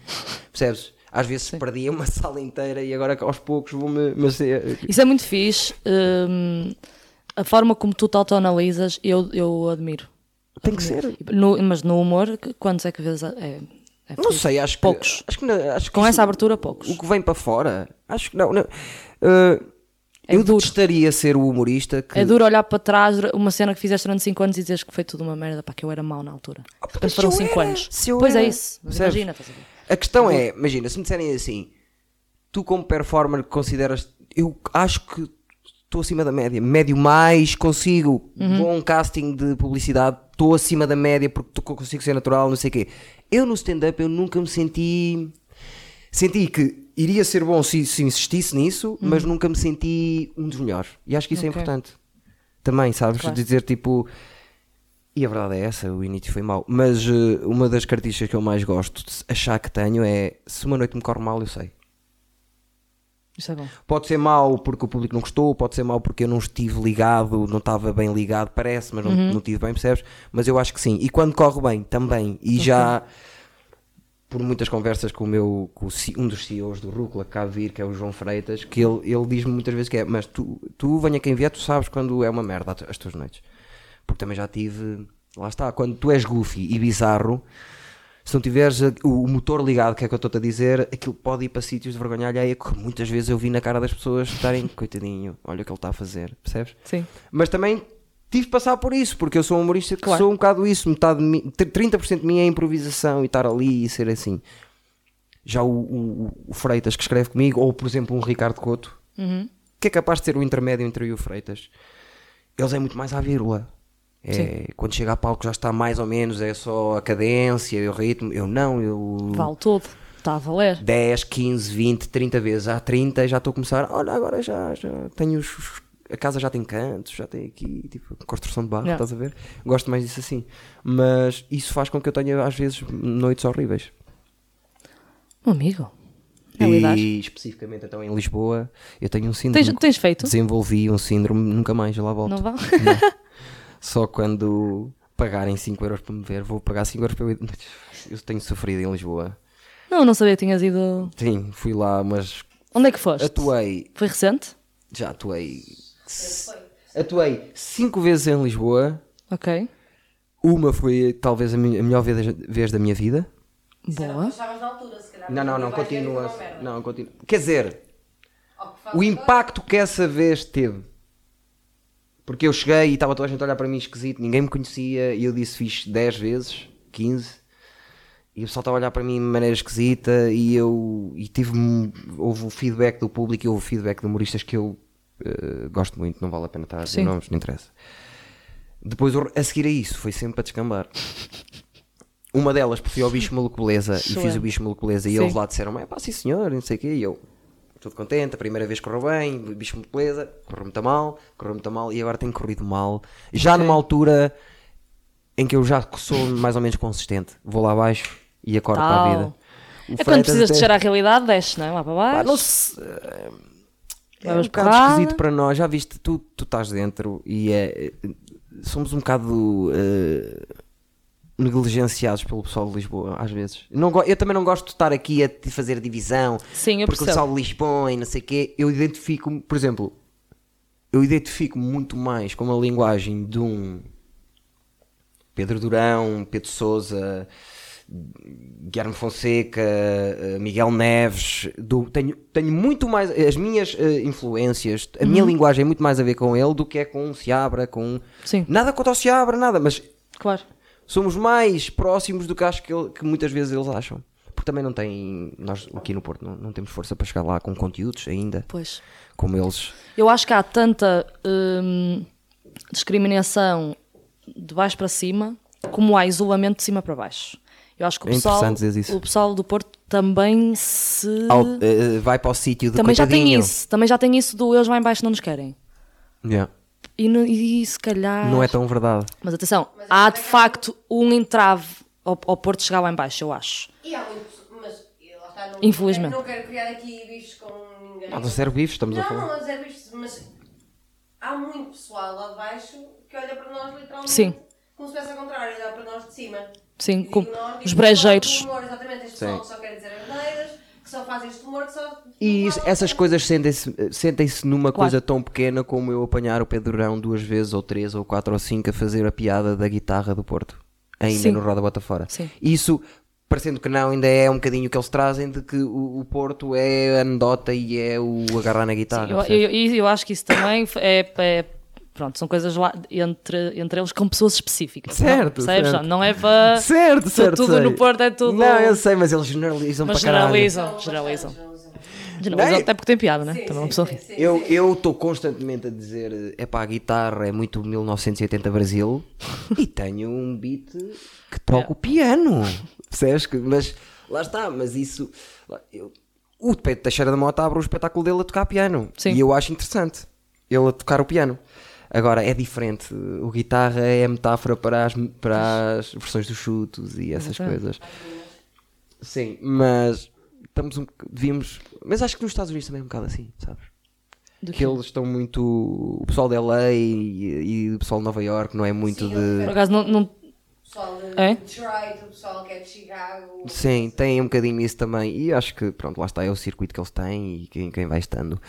percebes? Às vezes perdia uma sala inteira e agora aos poucos vou-me. mas, eh,
Isso é muito fixe. hum, a forma como tu te autoanalisas, eu, eu admiro.
Tem que ser.
No- mas no humor, que- quantos é que vezes é, é
Não sei, acho que.
Poucos.
Acho que, não- acho que
Com
isso-
essa abertura, poucos.
O que vem para fora, acho que não. não. Uh,
É
eu
duro.
gostaria ser o humorista que.
É duro olhar para trás dura- uma cena que fizeste durante 5 anos e dizeres que foi tudo uma merda, pá, que eu era mau na altura. De repente
mas
foram
Ah, se eu
5
era,
anos.
se eu
Pois é
era.
isso. Mas
Percebes?
imagina, estás a ver?
A questão é, imagina, se me disserem assim, tu como performer consideras. Eu acho que estou acima da média. Médio mais, consigo.
Uhum.
Bom casting de publicidade, estou acima da média porque tu- consigo ser natural, não sei o quê. Eu no stand-up eu nunca me senti. Senti que iria ser bom se, se insistisse nisso, mas nunca me senti um dos melhores. E acho que isso é
Uhum. Ok.
importante. Também, sabes?
Claro.
Dizer tipo. E a verdade é essa, o início foi mau. Mas eh, uma das características que eu mais gosto de achar que tenho é se uma noite me corre mal, eu sei.
Isso é bom.
Pode ser mau porque o público não gostou, pode ser mau porque eu não estive ligado, não estava bem ligado, parece, mas não, não estive bem, percebes? Mas eu acho que sim. E quando corre bem, também. E já por muitas conversas com o meu com o C- um dos CEOs do Rúcula que cá vir, que é o João Freitas, que ele, ele diz-me muitas vezes que é, mas tu, tu venha quem vier, tu sabes quando é uma merda as tu- as tuas noites. Porque também já tive, lá está, quando tu és goofy e bizarro, se não tiveres a- o o motor ligado, que é o que eu estou-te a dizer, aquilo pode ir para sítios de vergonha alheia que muitas vezes eu vi na cara das pessoas estarem, coitadinho, olha o que ele está a fazer, percebes?
Sim.
Mas também tive de passar por isso, porque eu sou um humorista que
Claro.
sou um bocado isso, metade de mim, 30% de mim é improvisação e estar ali e ser assim. Já o, o- o Freitas que escreve comigo, ou por exemplo um Ricardo Couto, que é capaz de ser o intermédio entre eu e o Freitas, eles é muito mais à vírgula. É, quando chega a palco já está mais ou menos, é só a cadência e o ritmo. Eu não, eu
Vale tudo. Está a valer.
10, 15, 20, 30 vezes. Há 30 já estou a começar. Olha, agora já, já tenho os- os- A casa já tem cantos, já tem aqui, tipo, construção de barro,
Yeah.
estás a ver? Gosto mais disso assim. Mas isso faz com que eu tenha, às vezes, noites horríveis.
Um amigo. É lidar.
e especificamente, então, em Lisboa, eu tenho um síndrome.
Tens, tens feito?
Desenvolvi um síndrome, nunca mais lá volto.
Não vão?
Só quando pagarem 5 euros para me ver, vou pagar 5 euros para eu ir. Eu tenho sofrido em Lisboa.
não, não sabia que tinhas ido.
Sim, fui lá, mas
Onde é que foste?
atuei
Foi recente?
já atuei. Atuei cinco vezes em Lisboa.
Ok.
Uma foi talvez a, mi- a melhor vez, vez da minha vida.
Boa.
Estavas na altura, se calhar.
Não, não, não,
Vai ter sido
continua.
uma merda.
Não, continua. Quer dizer,
Ao que faz
o
agora,
impacto que essa vez teve. Porque eu cheguei e estava toda a gente a olhar para mim esquisito, ninguém me conhecia e eu disse fiz 10 vezes, 15. E o pessoal estava a olhar para mim de maneira esquisita e eu e tive houve o feedback do público e houve o feedback de humoristas que eu eh, gosto muito, não vale a pena estar a dizer
Sim.
nomes, não interessa. Depois o- a seguir a isso foi sempre para descambar. Uma delas porque eu o bicho maluco beleza e fiz o
Excelente.
bicho maluco beleza e
Sim.
eles lá disseram, é pá, sim senhor, não sei o quê, e eu, tudo contente, a primeira vez correu bem, bicho muito beleza, correu muito mal, correu muito mal, e agora tem corrido mal, já numa altura em que eu já sou mais ou menos consistente, vou lá abaixo e acordo para a
Tal.
vida. O
É
Freitas
quando precisas
até-
de cheirar a realidade, desce, não é? Lá para baixo.
Pá, não se- É um
Levas
bocado
porrada.
esquisito para nós, já viste, tu, tu estás dentro e é... Somos um bocado... eh, negligenciados pelo pessoal de Lisboa, às vezes. Não go- eu também não gosto de estar aqui a te fazer divisão.
Sim, eu
porque o
percebo.
pessoal de Lisboa e não sei o quê, eu identifico-me, por exemplo, eu identifico muito mais com a linguagem de um Pedro Durão, Pedro Souza, Guilherme Fonseca, eh, Miguel Neves, do- tenho, tenho muito mais as minhas eh, influências, a
Uhum.
minha linguagem é muito mais a ver com ele do que é com o Seabra, com
Sim.
nada contra o Seabra, nada, mas
Claro.
somos mais próximos do que acho que, ele- que muitas vezes eles acham. Porque também não tem. Nós aqui no Porto não, não temos força para chegar lá com conteúdos ainda,
Pois.
como eles.
Eu acho que há tanta hum, discriminação de baixo para cima como há isolamento de cima para baixo. Eu acho que o
É
pessoal,
interessante dizer isso.
o pessoal do Porto também se.
Ao- eh, vai para o sítio do
também já tem
coitadinho.
isso. Também já tem isso do eles lá em baixo não nos querem.
Yeah.
E, no- e se calhar.
Não é tão verdade.
Mas atenção, há de facto um entrave ao, ao Porto chegar lá em baixo, eu acho.
E há muito, mas e lá está, não,
Infelizmente.
Não quero criar aqui bichos com
É.
ninguém.
Não, zero bifes, estamos a
Não,
falar.
não, mas é visto, mas há muito pessoal lá de baixo que olha para nós literalmente
Sim.
como se fosse ao contrário, olha para nós de cima.
Sim,
E
com
digo nós, digo
os
pessoal
brejeiros.
do Humor, exatamente, este pessoal que só quer dizer verdadeiras, que só faz este humor, que só.
E isso-
falam-
essas coisas sentem-se sentem -se numa coisa tão pequena como eu apanhar o Pedrão duas vezes, ou três, ou quatro, ou cinco, a fazer a piada da guitarra do Porto. Ainda
Sim.
no Roda Bota Fora.
Sim.
Isso, parecendo que não, ainda é um bocadinho o que eles trazem de que o, o Porto é a anedota e é o agarrar na guitarra.
Eu,
percebes?
eu, eu- eu acho que isso também é. é- pronto, são coisas lá entre, entre eles com pessoas específicas. não,
Certo,
percebes?
certo.
Não é para.
Certo,
tu-
certo.
Tudo
sei.
no Porto é tudo.
Não, eu sei, mas eles generalizam
mas
para caralho.
generalizam,
Bastante,
generalizam.
generalizam.
Generalizam,
Não,
até porque tem piada, né?
Sim,
Também
sim,
uma pessoa.
sim, sim,
Eu
sim.
eu estou constantemente a dizer é pá, a guitarra é muito 1980 Brasil e tenho um beat que toca o piano, percebes? Que- Mas lá está, mas isso lá- eu- o Pedro Teixeira da Mota abre o espetáculo dele a tocar piano.
Sim.
E eu acho interessante ele a tocar o piano. Agora, é diferente. O guitarra é a metáfora para as, para as versões dos chutos e essas
Exato.
coisas. Sim, mas estamos um, boc- devíamos... Mas acho que nos Estados Unidos também é um bocado assim, sabes?
Do
que eles estão muito... O pessoal de LA e, e o pessoal de Nova York não é muito
Sim,
de...
Por acaso não. não-
O pessoal de
É?
Detroit, o pessoal que é de Chicago.
Sim, tem um bocadinho isso também. E acho que, pronto, lá está, é o circuito que eles têm e quem, quem vai estando.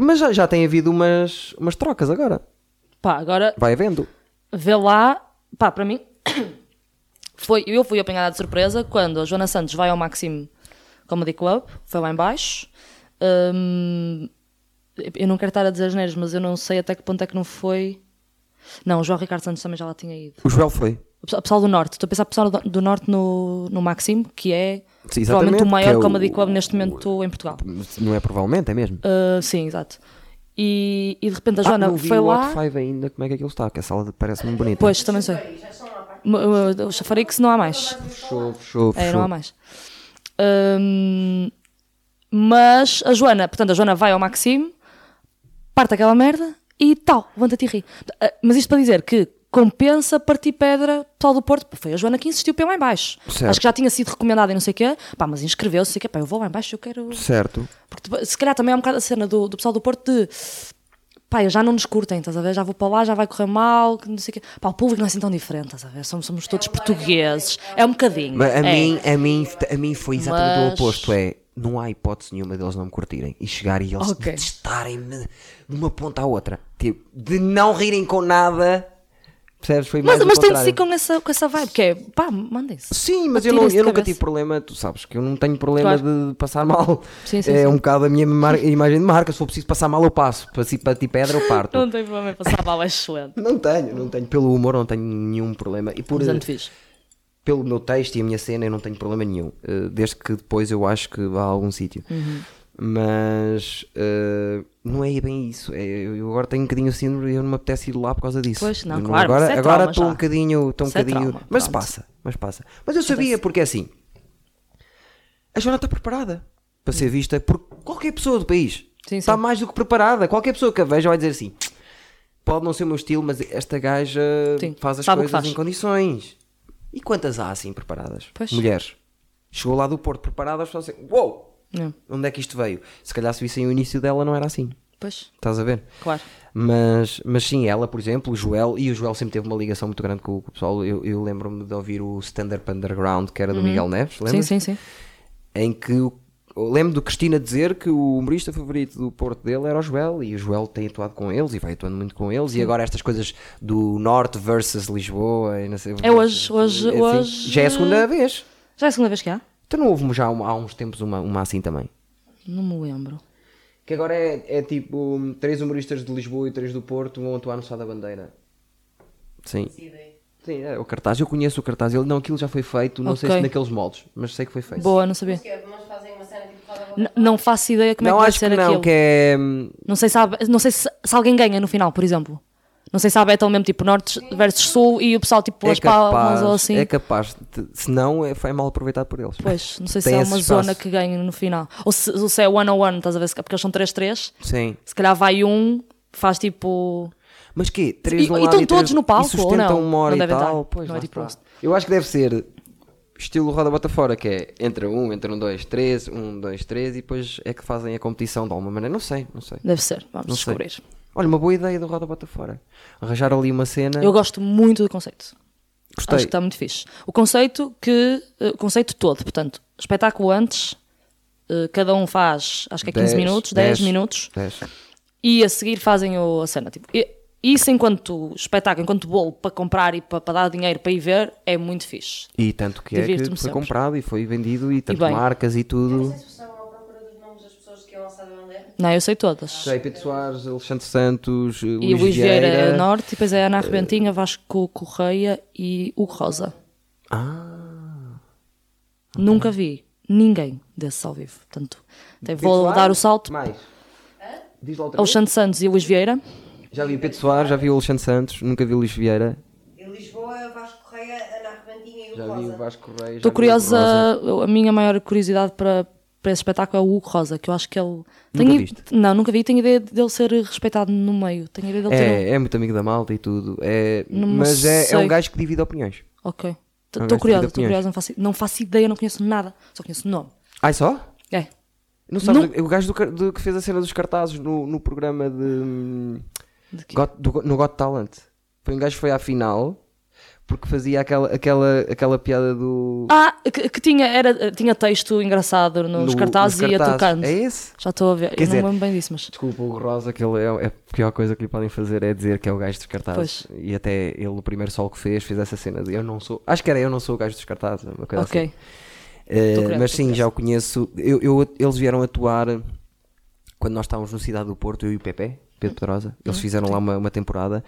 Mas já, já tem havido umas, umas trocas agora.
Pá, agora
Vai havendo.
vê lá. Pá, para mim. Foi, eu fui apanhada de surpresa quando a Joana Santos vai ao Maxim Comedy Club, foi lá em baixo. Hum, eu não quero estar a dizer as neiras, mas eu não sei até que ponto é que não foi. Não, o João Ricardo Santos também já lá tinha ido.
O Joel foi.
O pessoal- o pessoal do Norte, estou a pensar o pessoal do- do Norte no, no Maxim, que é
Sim, exatamente,
provavelmente o maior
que é o-
comedy club neste momento em Portugal.
Não é provavelmente, é mesmo.
Uh, sim, exato. E, e de repente a
Ah,
Joana
não vi
foi
o
lá.
Hot 5 ainda, como é que aquilo está, que a sala parece-me bonita.
Pois, também sei.
Paris, já são lá para
M- m- O chafariz não há mais.
Fechou, fechou,
É,
fechou.
não há mais. Hum, mas a Joana, portanto, a Joana vai ao Maxime, parte aquela merda e tal, levanta-te e ri. Ah, Mas isto para dizer que compensa partir pedra pessoal do Porto. Foi a Joana que insistiu para ir lá em baixo.
Certo.
Acho que já tinha sido recomendada e não sei o quê. Pá, mas inscreveu-se, sei que pá, eu vou lá em baixo, eu quero...
Certo.
Porque depois- se calhar também é um bocado a cena do, do pessoal do Porto de pá, eu já não nos curtem, estás a ver? Já vou para lá, já vai correr mal, que não sei o quê. Pá, o público não é assim tão diferente, estás a ver? Somos, somos todos portugueses. É um bocadinho.
Mas a,
é.
mim, a, mim, a mim foi exatamente o
Mas-
oposto. É, não há hipótese nenhuma deles não me curtirem e chegar e eles
Ok.
detestarem-me de uma ponta à outra. Tipo, de não rirem com nada. Percebes? Foi mais
Mas,
o
mas
contrário.
transito com essa, com essa vibe, que é pá, mandem-se.
Sim, mas eu, não-
Atirem-se de
eu nunca
cabeça.
tive problema, tu sabes que eu não tenho problema de passar mal.
Sim, sim,
é
sim.
um bocado a minha mar- imagem de marca. Se for preciso passar mal, eu passo. Para ti, para ti pedra, eu parto.
Não tem problema em passar mal, é excelente.
não tenho, não tenho. Pelo humor, não tenho nenhum problema. E por,
Mas é antes fiz.
pelo meu texto e a minha cena, eu não tenho problema nenhum. eh, desde que depois eu acho que vá a algum sítio.
Uhum.
Mas eh, não é bem isso. É, eu eu agora tenho um bocadinho o síndrome e eu não me apetece ir lá por causa disso.
Pois, não,
Eu
claro,
agora
isso é
agora
trauma
estou um
já.
bocadinho. Estou um
Isso é
bocadinho
trauma,
mas
pronto.
passa, mas passa. Mas eu sabia porque é assim. A Joana está preparada para ser vista por qualquer pessoa do país.
Hum. Sim,
está
sim.
mais do que preparada. Qualquer pessoa que a veja vai dizer assim. Pode não ser o meu estilo, mas esta gaja
Sim,
faz as
sabe o
coisas
que faz.
em condições. E quantas há assim preparadas?
Pois.
Mulheres. Chegou lá do Porto preparadas, só assim, uou,
Não.
onde é que isto veio? Se calhar se vissem o início dela não era assim.
Pois,
Estás a ver?
claro.
Mas, mas sim, ela, por exemplo, o Joel, e o Joel sempre teve uma ligação muito grande com o com o pessoal. Eu, eu lembro-me de ouvir o Stand Up Underground, que era do Miguel Neves, lembras?
Uhum. Sim, sim, sim.
em que o- eu lembro do Cristina dizer que o humorista favorito do Porto dele era o Joel e o Joel tem atuado com eles e vai atuando muito com eles e agora estas coisas do Norte versus Lisboa e não sei,
É hoje, hoje-
assim,
hoje-
já é a segunda vez
Já é a segunda vez que há?
então não houve já uma- há uns tempos uma, uma assim também
Não me lembro.
que agora é, é tipo três humoristas de Lisboa e três do Porto vão atuar no Sá da Bandeira sim Sim, é, o cartaz, eu conheço o cartaz. Ele, não, aquilo já foi feito, não sei
Ok.
se naqueles moldes, mas sei que foi feito.
Boa, não sabia.
Mas fazem uma cena tipo roda
N- não faço ideia como
não,
é que vai
acho que
ser
não,
aquilo.
que é. hum,
Não sei, se há- não sei se, se alguém ganha no final, por exemplo. Não sei se há Battle mesmo, tipo Norte versus Sul e o pessoal tipo as palmas ou assim.
É capaz, de- se não, é, foi mal aproveitado por eles.
Pois, não sei se
Tem
é
esse
uma
espaço.
zona que ganha no final. Ou se, ou se é one on one, estás a ver? se- Porque eles são 3-3.
Sim.
Se calhar vai um, faz tipo.
Mas que Três
E-
de um
e
lado
estão
três-
todos no palco,
E sustentam
ou não?
uma hora
Não
e
devem estar.
tal. Pois,
Não
lá
é tipo
está.
isso.
Eu acho que deve ser estilo roda bota fora, que é entre um, entre um, dois, três, um, dois, três, e depois é que fazem a competição de alguma maneira. Não sei, não sei.
Deve ser, vamos
Não sei.
descobrir.
Olha, uma boa ideia do roda bota fora. Arranjar ali uma cena.
Eu tá gosto muito do conceito.
É. Gostei.
Acho que está muito fixe. O conceito que. eh, O conceito todo, portanto, espetáculo antes, eh, cada um faz acho que é 15
Dez,
minutos, 10,
dez,
minutos,
dez.
e a seguir fazem o, a cena. Tipo, e- isso enquanto espetáculo, enquanto bolo para comprar e para, para dar dinheiro para ir ver, é muito fixe.
E tanto que é que
Divirto-me
foi
sempre.
comprado e foi vendido e tanto
bem.
marcas e tudo.
Não sei se estavam à procura dos nomes das pessoas que iam lançar da bandeira.
Não, eu sei todas.
Sei, Pedro Soares, Alexandre Santos, eh,
E o Luís Vieira é Norte, e depois é Ana Arrebentinha, Vasco Correia e Hugo Rosa.
Ah,
Nunca vi ninguém desses ao vivo. Portanto, até vou dar o salto.
Mais. Diz lá outra
Alexandre Santos e Luís Vieira.
vez. Já vi o Pedro Soares, já vi o Alexandre Santos, nunca vi o Luís Vieira,
Em Lisboa, Vasco Correia, Ana Arrebentinha e o
já vi o
Rosa.
Vasco Reis.
Estou curiosa, a minha maior curiosidade para, para para esse espetáculo é o Hugo Rosa, que eu acho que ele.
Nunca
Tenho-
viste?
Não, nunca vi. Tenho ideia dele ser respeitado no meio. Tenho ideia dele ter. um-
É, é muito amigo da malta e tudo. É,
Não
mas é, é um
sei.
gajo que divide opiniões.
Ok.
Não
Estou
gosto
curiosa,
de
estou
opiniões.
curiosa, não faço, não faço ideia, não conheço nada, só conheço o nome.
Ai Ah, só?
É.
Não sabes,
Não.
o- o gajo do, car- do que fez a cena dos cartazes no, no programa de. hum,
De quê?
Got- do- no Got Talent. Foi um gajo que foi à final porque fazia aquela, aquela, aquela piada do.
Ah, que, que tinha, era, tinha texto engraçado nos
no-
cartazes
nos
e ia
cartazes.
tocando.
É esse?
Já estou a ver,
Quer
eu
dizer-
não me lembro bem disso, mas.
Desculpa, o Rosa, que ele é, é a pior coisa que lhe podem fazer é dizer que é o gajo dos cartazes. E até ele, o primeiro sol que fez, fez essa cena de eu não sou. Acho que era eu não sou o gajo dos cartazes, uma coisa assim.
Ok.
Eh,
Tô curiosa,
mas
tô
sim,
curiosa.
já o conheço. Eu, eu- eles vieram atuar quando nós estávamos no Cidade do Porto, eu e o Pepe, Pedro Pedrosa.
Hum.
Eles fizeram lá uma, uma temporada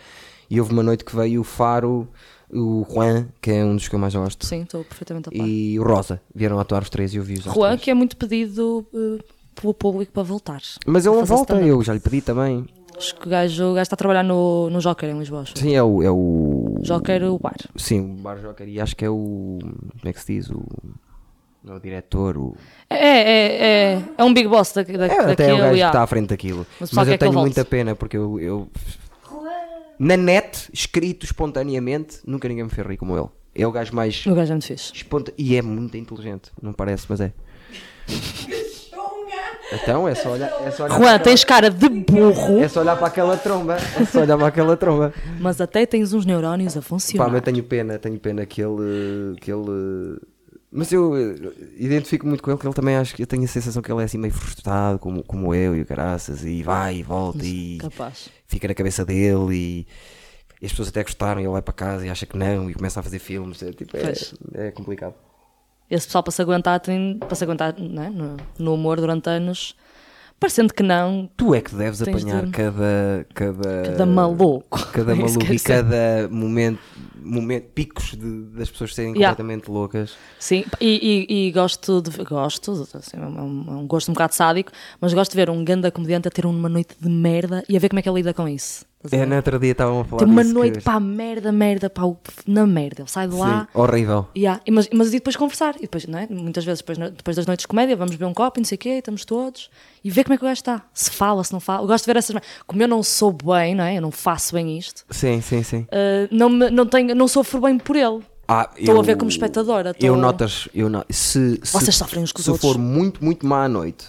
e houve uma noite que veio o Faro, o Juan, que é um dos que eu mais gosto,
Sim, estou perfeitamente a par.
e o Rosa. Vieram atuar os três e eu vi os
Juan,
três.
que é muito pedido eh, pelo público para voltar.
Mas
eu
ele não volta, eu já lhe pedi também.
Acho que o gajo, o gajo está a trabalhar no, no Joker em Lisboa. acho.
Sim, é o. É o...
Joker, o bar.
Sim, o Bar Joker. E acho que é o. Como é que se diz? O. não é o diretor, o.
É, é, é, é um big boss da,
É,
da,
até é o
daquilo,
gajo que
yeah.
está à frente daquilo.
Mas
Mas,
o pessoal quer
eu
que ele
tenho
volte.
muita pena porque eu, eu-
Juan!
Na net, escrito espontaneamente, nunca ninguém me fez rir como ele. É o gajo mais.
O gajo é muito fixe.
esponta- E é muito inteligente, não parece, mas é.
Chunga!
Então é só olhar, é só olhar,
Juan, tens cara de burro,
é só olhar para aquela tromba. É só olhar para aquela tromba.
mas até tens uns neurónios a
Pá, mas
funcionar.
eu tenho pena, tenho pena que ele. Que ele... Mas eu eh, identifico muito com ele, que ele também acho que eu tenho a sensação que ele é assim meio frustrado, como, como eu e o Caraças, e vai e volta e
Capaz.
fica na cabeça dele e, e as pessoas até gostaram, e ele vai para casa e acha que não e começa a fazer filmes. É, tipo, é-
Pois.
é complicado.
Esse pessoal para se aguentar, tem, para se aguentar não é? no, no humor durante anos, parecendo que não,
Tu é que deves
Tens de-
apanhar cada, cada.
cada maluco.
Cada
É isso
maluco
que eu
e
sei.
cada momento, momento picos de- das pessoas serem
Yeah.
completamente loucas.
Sim, e, e- e gosto de ver- gosto, assim, é um, é um gosto um bocado sádico, mas gosto de ver um ganda comediante a ter uma noite de merda e a ver como é que ele lida com isso. Estás a
É,
ver?
no outro dia estavam a falar
Tem uma
disso, que-
noite, pá, merda, merda, pá, o- na merda. Ele sai de lá.
Sim, horrível.
Yeah, e mas, mas e depois conversar, e depois, não é? muitas vezes depois, no- depois das noites de comédia, vamos beber um copo e não sei o quê, estamos todos, e ver como é que o gajo está, se fala, se não fala. Eu gosto de ver essas. mer- Como eu não sou bem, não é? Eu não faço bem isto,
Sim, sim, sim.
ah, não, me, não, tenho, não sofro bem por ele.
Ah,
Estou
eu-
a ver como espectadora, estou-
Eu notas, eu no- se, se-
Vocês sofrem uns com os
se
outros.
for muito, muito má à noite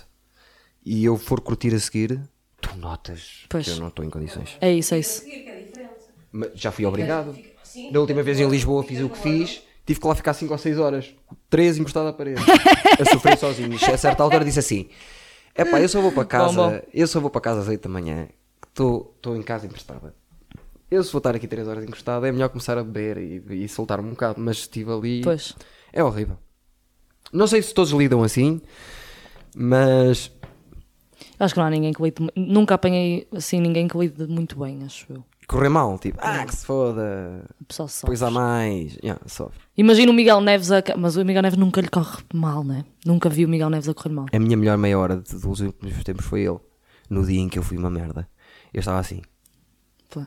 e eu for curtir a seguir, tu notas
Pois.
que eu não estou em condições.
É isso, é isso.
Seguir, que é diferente.
Mas já fui obrigado.
Sim.
Da última vez em Lisboa fiz o que fiz, tive que lá ficar 5 ou 6 horas, 3 encostado à parede, a sofrer sozinho. A certa altura disse assim: é pá, eu só vou para casa,
Bom, bom.
eu só vou para casa às 8 da manhã, que estou estou em casa emprestada. Eu se vou estar aqui 3 horas encostado, é melhor começar a beber e, e soltar-me um bocado, mas estive ali.
Pois.
É horrível. Não sei se todos lidam assim, mas
Acho que não há ninguém que lide. Nunca apanhei assim ninguém que lide muito bem, acho eu.
correr mal, tipo, ah, que se foda,
O pessoal só.
depois há mais. Yeah, sofre.
Imagina o Miguel Neves a. ca- Mas o Miguel Neves nunca lhe corre mal, né? Nunca vi o Miguel Neves a correr mal.
A minha melhor meia hora de- dos últimos tempos foi ele. No dia em que eu fui uma merda. Eu estava assim.
Pô.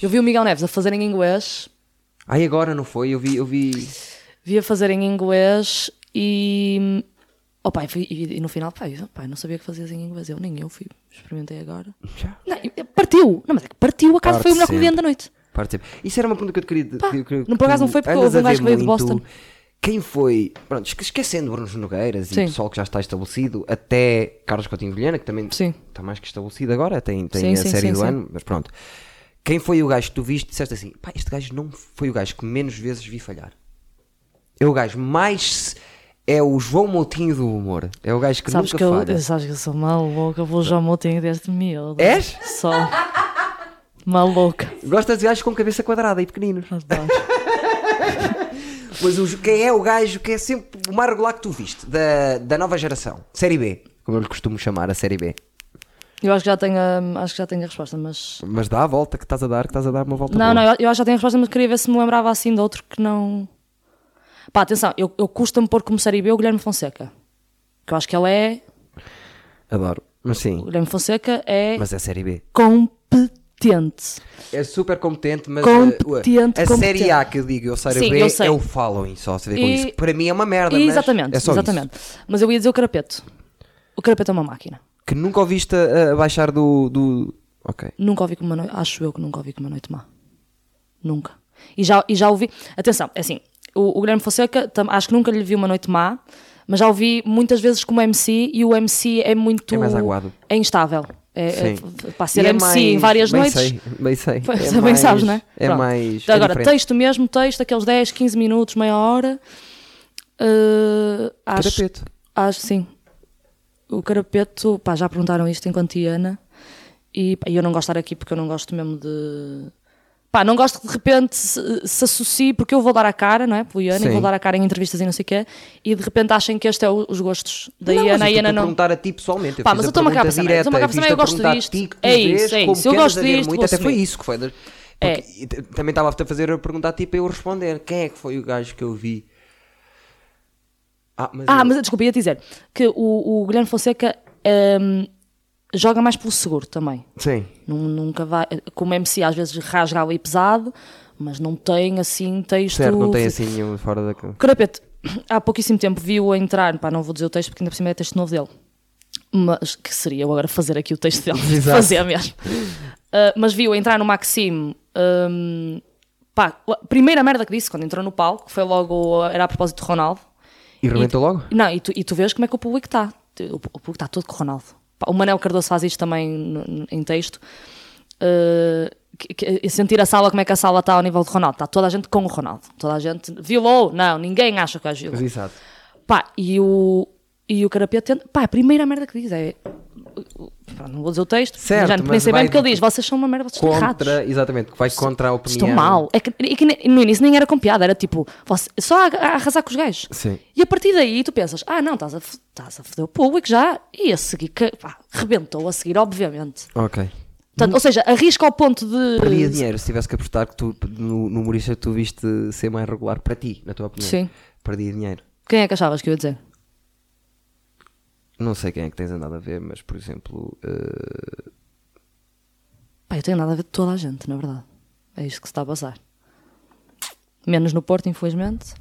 Eu vi o Miguel Neves a fazer em inglês,
Ai, agora não foi? Eu vi. Eu vi...
vi a fazer em inglês e. Oh, pai, fui- e, e no final, pai, eu, pai, não sabia que fazias em inglês. Eu nem eu fui, experimentei agora.
Já.
Não, e- e partiu! Não, mas é que partiu, acaso
Parte
foi o melhor
sempre.
comediante da noite.
Parte sempre. Isso era uma pergunta que eu te queria.
Pá,
que eu queria-
não, por acaso
tu
não foi porque
andas
houve um
a ver
gajo que veio de
muito
Boston.
Quem foi. Pronto, esque- esquecendo Bruno Nogueiras e
Sim.
o pessoal que já está estabelecido, até Carlos Coutinho Vilhena, que também
Sim.
está mais que estabelecido agora, tem, tem
Sim,
a
sim,
série
sim,
do
sim.
ano, mas pronto. Quem foi o gajo que tu viste e disseste assim: pá, este gajo não foi o gajo que menos vezes vi falhar. É o gajo mais. É o João Moutinho do humor. É o gajo que
sabes,
nunca
que eu,
falha.
sabes que eu sou maluca, vou já motinho deste miúdo.
És?
Sou maluca.
Gosta de gajos com cabeça quadrada e pequeninos.
Adoro.
Mas o, quem é o gajo que é sempre o mais regular que tu viste? Da, da nova geração. Série B. Como eu lhe costumo chamar, a Série B.
Eu acho que já tenho a, acho que já tenho a resposta, mas.
Mas dá a volta que estás a dar, que estás a dar uma volta
Não, não, eu, eu acho que já tenho a resposta, mas queria ver se me lembrava assim de outro que não. Pá, atenção, eu, eu custa-me pôr como série B o Guilherme Fonseca. Que eu acho que ele é.
Adoro. Mas
O
sim,
Guilherme Fonseca é
mas é Série B.
competente. competente.
É super competente, mas
Competente,
a, a série
competente.
A que eu digo, eu sei,
Sim,
B,
eu sei.
é o following só, se vê com
E-
isso. Para mim é uma merda, mas
exatamente,
é só isso.
exatamente. Mas eu ia dizer o carapeto. O carapeto é uma máquina.
Que nunca ouviste a, a baixar do, do... Ok.
Nunca ouvi como uma noite. Acho eu que nunca ouvi como uma noite má. Nunca. E já, e já ouvi. Atenção, é assim. O, o Guilherme Fonseca, tam- acho que nunca lhe vi uma noite má, mas já ouvi muitas vezes como MC e o MC é muito.
É mais aguado.
É instável. É, é,
Sim.
para ser
E é
MC em
mais-
várias
bem
noites.
Sei, bem sei.
Pois,
É
bem
mais-
sabes, não é?
É
Pronto.
mais.
Agora,
é diferente.
texto mesmo, texto, aqueles 10, 15 minutos, meia hora. Uh, acho,
Carapeto.
acho sim. O carapeto, pá, já perguntaram isto enquanto Ana. E pá, eu não gosto de estar aqui porque eu não gosto mesmo de. Pá, não gosto que de repente se, se associe, porque eu vou dar a cara, não é? Pelo Iana, e
Sim.
vou dar a cara em entrevistas e não sei o quê, e de repente achem que este é o- os gostos da
Não, mas eu
Iana, a
estou-te
Iana
a
não.
perguntar a ti pessoalmente. Eu
Pá,
fiz
mas
a
eu estou-me a
pergunta
cabeçar bem,
direta,
estou-me a cabeçar
fiz-te
bem, eu
a
gosto
perguntar a
disto.
ti que tu
É isso,
vês,
é
como
isso, eu
queres
gosto
haver
disto,
muito, até
gosto
foi
muito.
isso que foi. Porque
É.
e t- Também estava-te a fazer a pergunta a ti para eu responder. Quem é que foi o gajo que eu vi? Ah, mas.
Ah,
eu-
mas desculpa, ia dizer que o, o Guilherme Fonseca hum, joga mais pelo seguro também.
Sim.
Nun- Nunca vai. Como MC, às vezes rasga ali pesado, mas não tem assim texto.
Certo, não tem assim nenhum fora da. ca-
Carapete, há pouquíssimo tempo vi-o entrar, pá, não vou dizer o texto porque ainda por cima é texto novo dele. Mas que seria eu agora fazer aqui o texto dele,
Exato.
fazer mesmo. Uh, mas vi-o entrar no Maxime. hum, pá, a primeira merda que disse quando entrou no palco foi logo, era a propósito do Ronaldo.
E rebentou
tu-
logo?
Não, e tu, e tu vês como é que o público está. O, o público está todo com o Ronaldo. Pá, O Manel Cardoso faz isto também no- no- em texto. Uh, que- que- sentir a sala, como é que a sala está ao nível de Ronaldo. Está toda a gente com o Ronaldo. Toda a gente. Vilou? Não, ninguém acha que é vilou.
Exato.
Pá, e o, e o Carapete. tenta- Pá, a primeira merda que diz é. Pá, não vou dizer o texto,
Certo,
mas já nem
mas
sei bem
vai
porque ele diz: vocês são uma merda, vocês estão errados.
Contra, exatamente, que vai contra a opinião.
Estou mal. É que, é que ne- no início nem era com piada, era tipo, você- só a, a arrasar com os gajos.
Sim.
E a partir daí tu pensas, ah não, estás a, f- estás a foder o público já, e a seguir, que, pá, rebentou a seguir, obviamente.
Ok.
Portanto, ou seja, arrisca ao ponto de...
Perdia Hum. dinheiro se tivesse que apostar que tu, no, no humorista que tu viste ser mais regular para ti, na tua opinião.
Sim.
Perdia dinheiro.
Quem é que achavas que eu ia dizer?
Não sei quem é que tens andado a ver, mas por exemplo, eh,
Pá, eu tenho nada a ver de toda a gente, na verdade. É isto que se está a passar. Menos no Porto, infelizmente.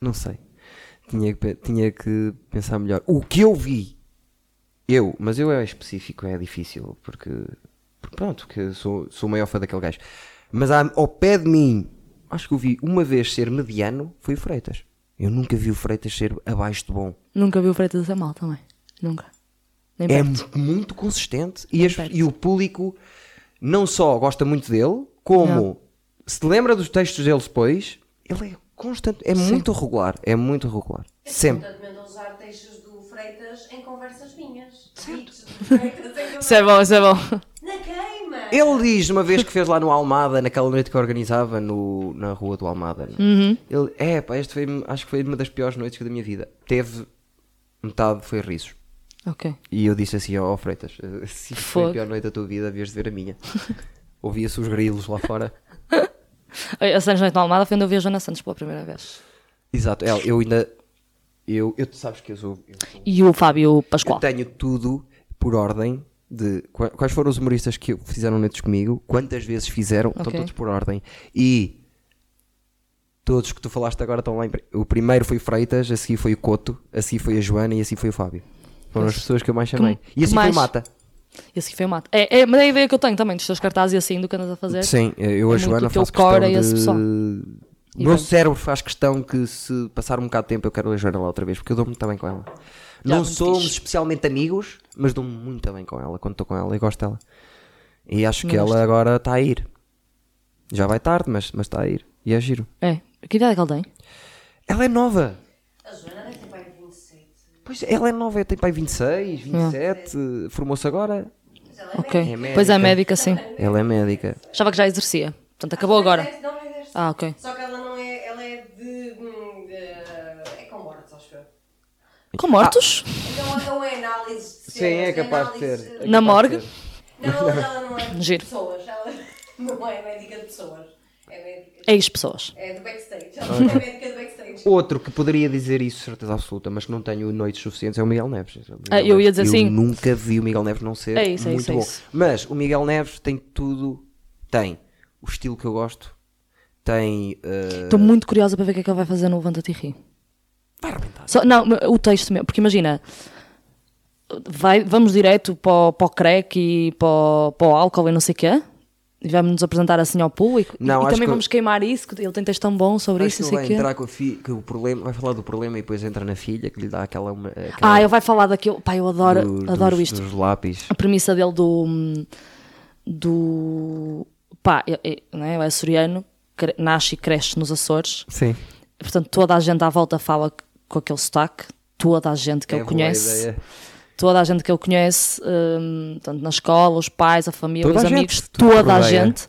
não sei. Tinha que, pe- tinha que pensar melhor. O que eu vi, eu, mas eu é específico, é difícil, porque, porque pronto, que eu sou, sou o maior fã daquele gajo. Mas há- ao pé de mim, acho que eu vi uma vez ser mediano, foi o Freitas. Eu nunca vi o Freitas ser abaixo de bom.
Nunca vi o Freitas a ser mal também. Nunca. Nem
é
perto.
mu- muito consistente e, as- e o público não só gosta muito dele, como se lembra dos textos dele depois, ele é constante, é muito regular, é muito regular. Sempre.
Constantemente a usar textos do Freitas em conversas minhas. Tweets do Freitas em conversas-
Isso é bom, isso é bom.
Na queima!
Ele diz uma vez que fez lá no Almada, naquela noite que organizava no, na rua do Almada. né? Ele, é pá, este foi, acho que foi uma das piores noites da minha vida. Teve metade foi risos.
ok.
E eu disse assim ao ao Freitas: eh, se isto foi a
Fogo.
pior noite da tua vida, havias de ver a minha. Ouvia-se os grilos lá fora.
A Santos Noite na Almada foi onde eu vi a Joana Santos pela primeira vez.
Exato, El, eu ainda. Eu, eu, tu sabes que eu sou. Eu, sou-
E o Fábio
eu
Pascoal.
tenho tudo por ordem de qua- quais foram os humoristas que fizeram noites comigo, quantas vezes fizeram, estão
Ok.
todos por ordem. E todos que tu falaste agora estão lá em. pri- O primeiro foi o Freitas, a seguir foi o Coto, a seguir foi a Joana e assim foi o Fábio. Foram as pessoas que eu mais chamei. e
que
assim foi
mais?
o Mata.
Esse que foi o mato. É, é, mas é a ideia que eu tenho também dos teus cartazes e assim do que andas a fazer.
Sim, eu a
É muito
Joana
o teu
faço questão
core é a esse pessoal.
de... O
E
meu
bem.
cérebro faz questão que se passar um bocado de tempo eu quero ler a Joana lá outra vez, porque eu dou-me também com ela.
Já, é
Não
muito
somos
fixe.
especialmente amigos, mas dou-me muito bem com ela quando estou com ela e gosto dela. E acho que
Não
ela agora está a ir. Já vai tarde, mas mas está a ir. E é giro.
É. Que idade é que ele tem?
Ela é nova.
A Joana deve ter pai de 27.
Pois ela é nova, tem pai
É.
26, 27, formou-se agora.
Mas ela é
Ok.
médica.
pois é, médica, sim.
Ela é médica.
Achava que já exercia. Portanto, acabou agora.
Não exerce.
Ah, ok.
Só que ela não é. Ela é de. hum, de- é com mortos, acho eu.
Com mortos?
Não, não é análise. de
Sim, é
cenas,
capaz de
análise
ser.
de-
Na morgue?
Não, ela não é de
Giro.
pessoas. Ela não é médica de pessoas. É médica.
Ex-pessoas.
É do backstage. Ela não é médica do backstage.
Outro que poderia dizer isso, certeza absoluta, mas que não tenho noites suficientes é o Miguel Neves. O Miguel
Ah, eu ia dizer
Neves-
sim.
nunca vi o Miguel Neves não ser
É isso, é
muito
isso, é
bom.
isso.
Mas o Miguel Neves tem tudo tem o estilo que eu gosto, tem. eh,
Estou muito curiosa para ver o que é que ele vai fazer no Levanta-te e Ri.
vai arrebentar.
Só- não, o texto mesmo, porque imagina, vai- vamos direto para, o- para o crack e para, o- para o álcool e não sei o quê, e vamos nos apresentar assim ao público,
Não,
e, e
acho
também
que-
vamos queimar isso, que ele tem texto tão bom sobre
Acho
isso,
que
não
ele
sei o
vai
quê.
entrar com, a fi- com o problema, vai falar do problema e depois entra na filha que lhe dá aquela. uma- aquela
Ah, ele vai falar daquilo, pá, eu adoro,
do-
adoro
dos-
isto.
Dos lápis.
A premissa dele do... do pá, é, é, não é? ele é açoriano, cre- nasce e cresce nos Açores,
Sim.
portanto toda a gente à volta fala com aquele sotaque, toda a gente que
É
ele
boa
conhece...
ideia.
toda a gente que ele conhece, hum, tanto na escola, os pais, a família,
Toda
os
a gente,
amigos,
tudo
toda a
rodeia.
gente.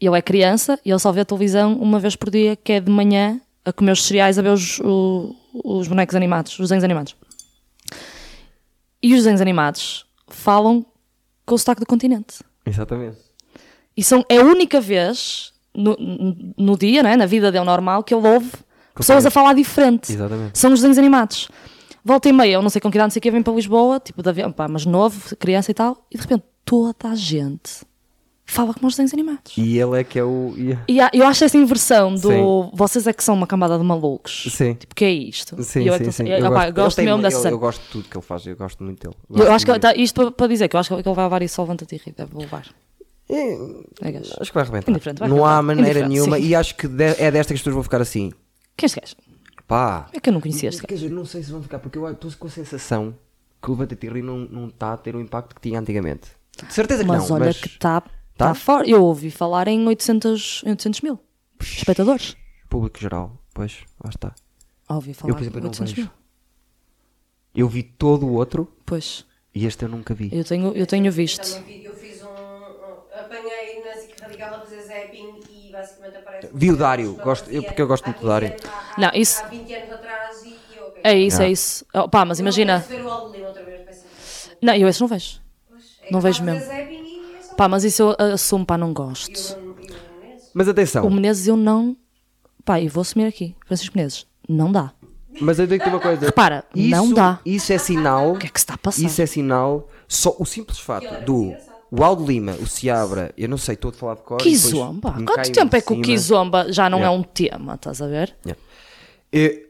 Ele é criança e ele só vê a televisão uma vez por dia, que é de manhã, a comer os cereais, a ver os, o- os bonecos animados, os desenhos animados. E os desenhos animados falam com o sotaque do continente.
Exatamente.
E são, é a única vez no, no- no dia, né, na vida dele normal, que ele ouve pessoas a falar diferente.
Exatamente.
São os desenhos animados. Volta e meia, eu não sei com que idade, não sei o que, vem para Lisboa, tipo de avião, pá, mas novo, criança e tal, e de repente toda a gente fala como os desenhos animados.
E ele é que é o. e-
E há- eu acho essa inversão do
Sim.
vocês é que são uma camada de malucos.
Sim.
Tipo, que é isto?
Sim,
E eu é que
sim, sim.
tô- Eu, opá, eu
Ele
gosto
tem-
mesmo dessa
eu-
cena.
Eu gosto de tudo que ele faz, eu gosto muito dele.
Eu, acho que
muito.
tá, isto para, para dizer que eu acho que ele vai levar isso ao levanta-te e ri, deve levar.
É,
É gajo.
Acho que vai arrebentar.
Indiferente, vai
não há
arrebentar.
maneira
Indiferente,
nenhuma.
sim.
E acho que de- é desta que as pessoas vão ficar assim.
Quem é este gajo?
Pá.
É que eu não conhecia este gajo.
Quer dizer, não sei se vão ficar, porque eu estou com a sensação que o Levanta-te e Ri não, não está a ter o impacto que tinha antigamente. De certeza que
Mas
não,
olha
mas
que está tá forte. Eu ouvi falar em 800, em 800 mil espectadores.
público geral, pois, lá está.
Ouvi falar
Eu, por exemplo,
em
não
800 mil.
vejo. Eu vi todo o outro
Pois,
e este eu nunca vi.
eu tenho, eu tenho visto.
Também vi- eu fiz um. um- apanhei na SIC Radical a fazer zapping e basicamente aparece.
Vi o Dário, gosto- eu- porque eu gosto muito do Dário.
Não, isso-
Há 20 anos atrás e eu. ok.
É isso, é
Ah.
isso. Oh, pá, mas
Eu
imagina.
Não quero ver o Aldo Lima outra vez, peço desculpa.
Não, eu esse não vejo.
Mas é
Não
que
vejo
há a
mesmo.
fazer zapping e é só-
Pá, mas isso eu assumo, pá, não gosto.
E o- e o Menezes?
Mas atenção,
O Menezes eu não. Pá, eu vou assumir aqui. Francisco Menezes, não dá.
mas eu digo-te uma coisa.
Repara, não
Isso-
dá.
Isso é sinal.
O que é que se está a passar?
Isso é sinal. Só o simples fato do o Aldo Lima, o Seabra, eu não sei, estou a falar de cor. e depois
Kizomba.
me
Quanto
caio
tempo é
em
que o
cima.
Kizomba já não
Yeah.
é um tema, estás a ver?
Yeah. Eh,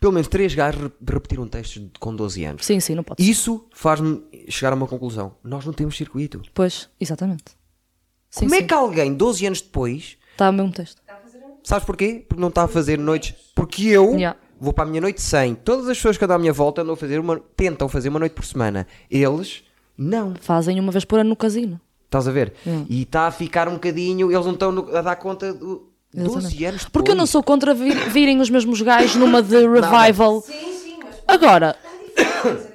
pelo menos três gajos re- repetiram textos de- com 12 anos.
Sim, sim, não pode ser.
Isso faz-me chegar a uma conclusão. Nós não temos circuito.
Pois, exatamente. Sim,
Como é
sim.
que alguém, 12 anos depois,
Está o mesmo texto.
sabes porquê? Porque não está a fazer noites. Porque eu
Yeah.
vou para a minha noite sem. Todas as pessoas que andam à minha volta andam a fazer uma, tentam fazer uma noite por semana. Eles, não.
Fazem uma vez por ano no casino.
Estás a ver? E está a ficar um bocadinho, eles não estão no- a dar conta do 12
Exatamente.
anos depois.
Porque eu não sou contra vir- virem os mesmos gajos numa de revival.
Sim, sim, mas.
Agora,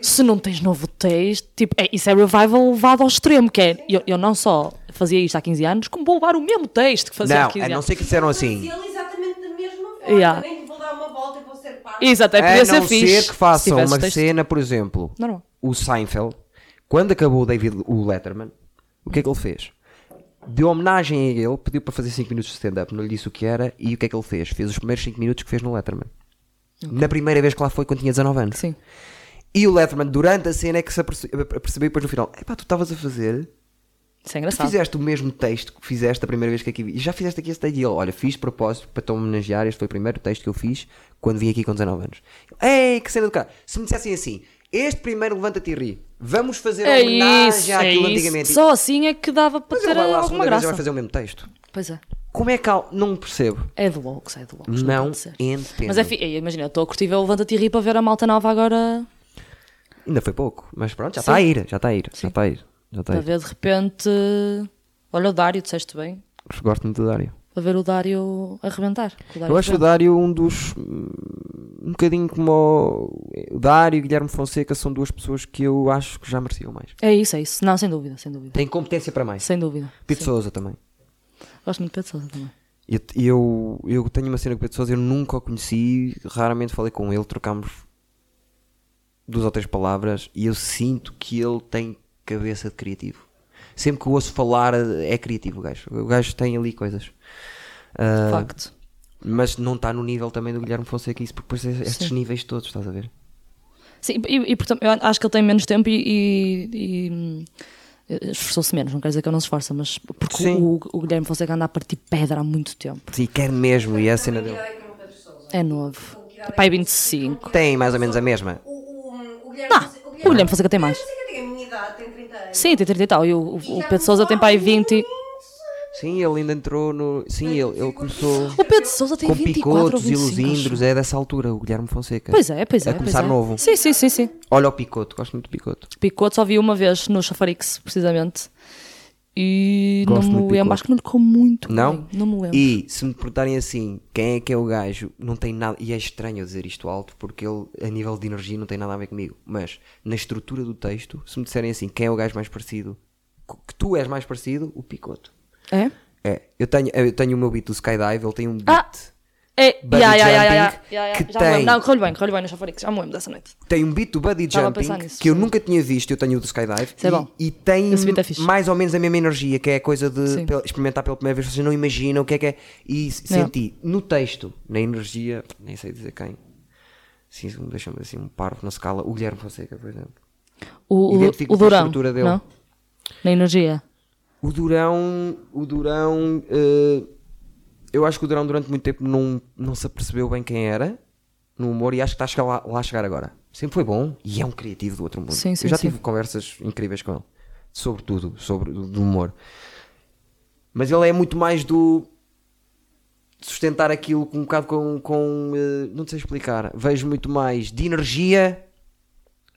se não tens novo texto, tipo, é, isso é revival levado ao extremo, que é, eu, eu não só fazia isto há 15 anos, como vou levar o mesmo texto que fazia há
Não,
15
a não
anos.
ser que disseram
Se
assim.
ele exatamente da mesma forma,
Yeah.
nem lhe vou dar uma volta e vou ser parte.
é Isso até podia
a
ser
não
fixe.
ser que façam
se tivesse
uma
texto.
cena, por exemplo,
Normal.
o Seinfeld, quando acabou o David o Letterman, o que é que ele fez? Deu homenagem a ele, pediu para fazer 5 minutos de stand-up, não lhe disse o que era e o que é que ele fez? Fez os primeiros 5 minutos que fez no Letterman. Na primeira vez que lá foi, quando tinha 19 anos.
Sim.
E o Letterman, durante a cena, é que se aperce- apercebeu depois no final: Epá, tu estavas a fazer
Isso é
Tu
engraçado.
fizeste o mesmo texto que fizeste a primeira vez que aqui vi. E já fizeste aqui esse texto. E ele, olha, fiz de propósito para te homenagear. Este foi o primeiro texto que eu fiz quando vim aqui com 19 anos. Ei, que cena do cara. Se me dissessem assim, este primeiro levanta-te e ri. Vamos fazer
É
homenagem
isso, é
àquilo
isso.
antigamente.
Só assim é que dava para
Mas
ter
ele vai lá a
alguma
segunda vez e
graça.
vai fazer o mesmo texto.
Pois é.
Como é que há... Não percebo.
É de loucos, é de loucos.
Não
pode ser.
entendo.
Mas é, fi- ei, imagina, eu estou a curtir ver o Levanta-te e ri para ver a malta nova agora
Ainda foi pouco. Mas pronto, já está a ir. Já está a ir. Já está a ir. Já está a
Para
ir.
ver de repente. Olha o Dário, disseste bem.
Gosto muito do Dário.
Para ver o Dário arrebentar. que O Dário
Eu acho o
arrebenta.
Dário um dos. hum, Um bocadinho como o- o Dário e o Guilherme Fonseca são duas pessoas que eu acho que já mereciam mais.
É isso, é isso. Não, sem dúvida, sem dúvida.
Tem competência para mais.
Sem dúvida.
Pedro Sousa também.
Gosto muito de Pedro Sousa também.
Eu, eu, eu tenho uma cena com o Pedro Sousa, eu nunca o conheci, raramente falei com ele, trocámos duas ou três palavras e eu sinto que ele tem cabeça de criativo. Sempre que o ouço falar é criativo o gajo. O gajo tem ali coisas. Ah,
Facto.
mas não está no nível também do Guilherme Fonseca isso, porque depois é estes níveis todos, estás a ver?
Sim, e, e portanto, eu acho que ele tem menos tempo e, e- e, hum, esforçou-se menos, não quer dizer que eu não se esforça, mas porque
Sim.
o, o Guilherme Fonseca anda a partir pedra há muito tempo.
E quer mesmo, e é a cena
Que
dele.
idade é que tem o Pedro Sousa?
É novo. Pai 25.
Tem mais ou menos a mesma.
O, o, o Guilherme
Não,
Fonseca-
Ah, o Guilherme Fonseca tem mais.
O Guilherme Fonseca tem a minha idade, tem 30 anos.
Sim, tem 30 e tal. E o, o-
E
o
já
Pedro Sousa tem
mudou
pai
muito.
20.
Sim, ele ainda entrou no. Sim, ele, ele começou
O Pedro Sousa tem
com
24 ou
picotos e
25. acho.
luzindros, é dessa altura, o Guilherme Fonseca.
Pois é, pois é.
A
pois
começar
é.
novo.
Sim, sim, sim, sim.
Olha o picoto, gosto muito do picoto.
Picote só vi uma vez no Chafarix, precisamente. E
Gosto
não
muito de
me lembro,
Picote.
acho que não lhe como muito.
Não?
bem, Não me lembro.
E se me perguntarem assim, quem é que é o gajo, não tem nada. E é estranho eu dizer isto alto, porque ele, a nível de energia, não tem nada a ver comigo. Mas na estrutura do texto, se me disserem assim, quem é o gajo mais parecido, co- que tu és mais parecido, o picoto.
É?
É, eu tenho, eu tenho o meu beat do Skydive, ele tem um beat.
Ah! É,
Buddy
ya, ya, ya, ya,
jumping,
ya, ya,
que
já me
tem-
lembro. Não, correu bem, correu bem no Chafarix, já me lembro dessa noite.
Tem um beat do Buddy
Estava a
Jumping
pensar nisso,
que eu
sim.
nunca tinha visto, eu tenho o do Skydive.
Isso é
e,
bom.
e tem
Esse beat é fixe.
mais ou menos a mesma energia, que é a coisa de
Sim.
pe- experimentar pela primeira vez, vocês não imaginam o que é que é. E s-
Não.
senti no texto, na energia, nem sei dizer quem, sim, deixa-me assim um parvo na escala, o Guilherme Fonseca, por exemplo.
O, o,
Identifico
o
pela
Durão.
estrutura dele.
Não? Na energia.
O Durão, o Durão, eh, eu acho que o Durão durante muito tempo não, não se apercebeu bem quem era no humor e acho que está a chegar lá, lá a chegar agora. Sempre foi bom e é um criativo do outro mundo.
Sim, sim,
eu já
sim.
tive conversas incríveis com ele sobre tudo, sobre o do humor. Mas ele é muito mais do sustentar aquilo com um bocado com, com eh, não sei explicar. Vejo muito mais de energia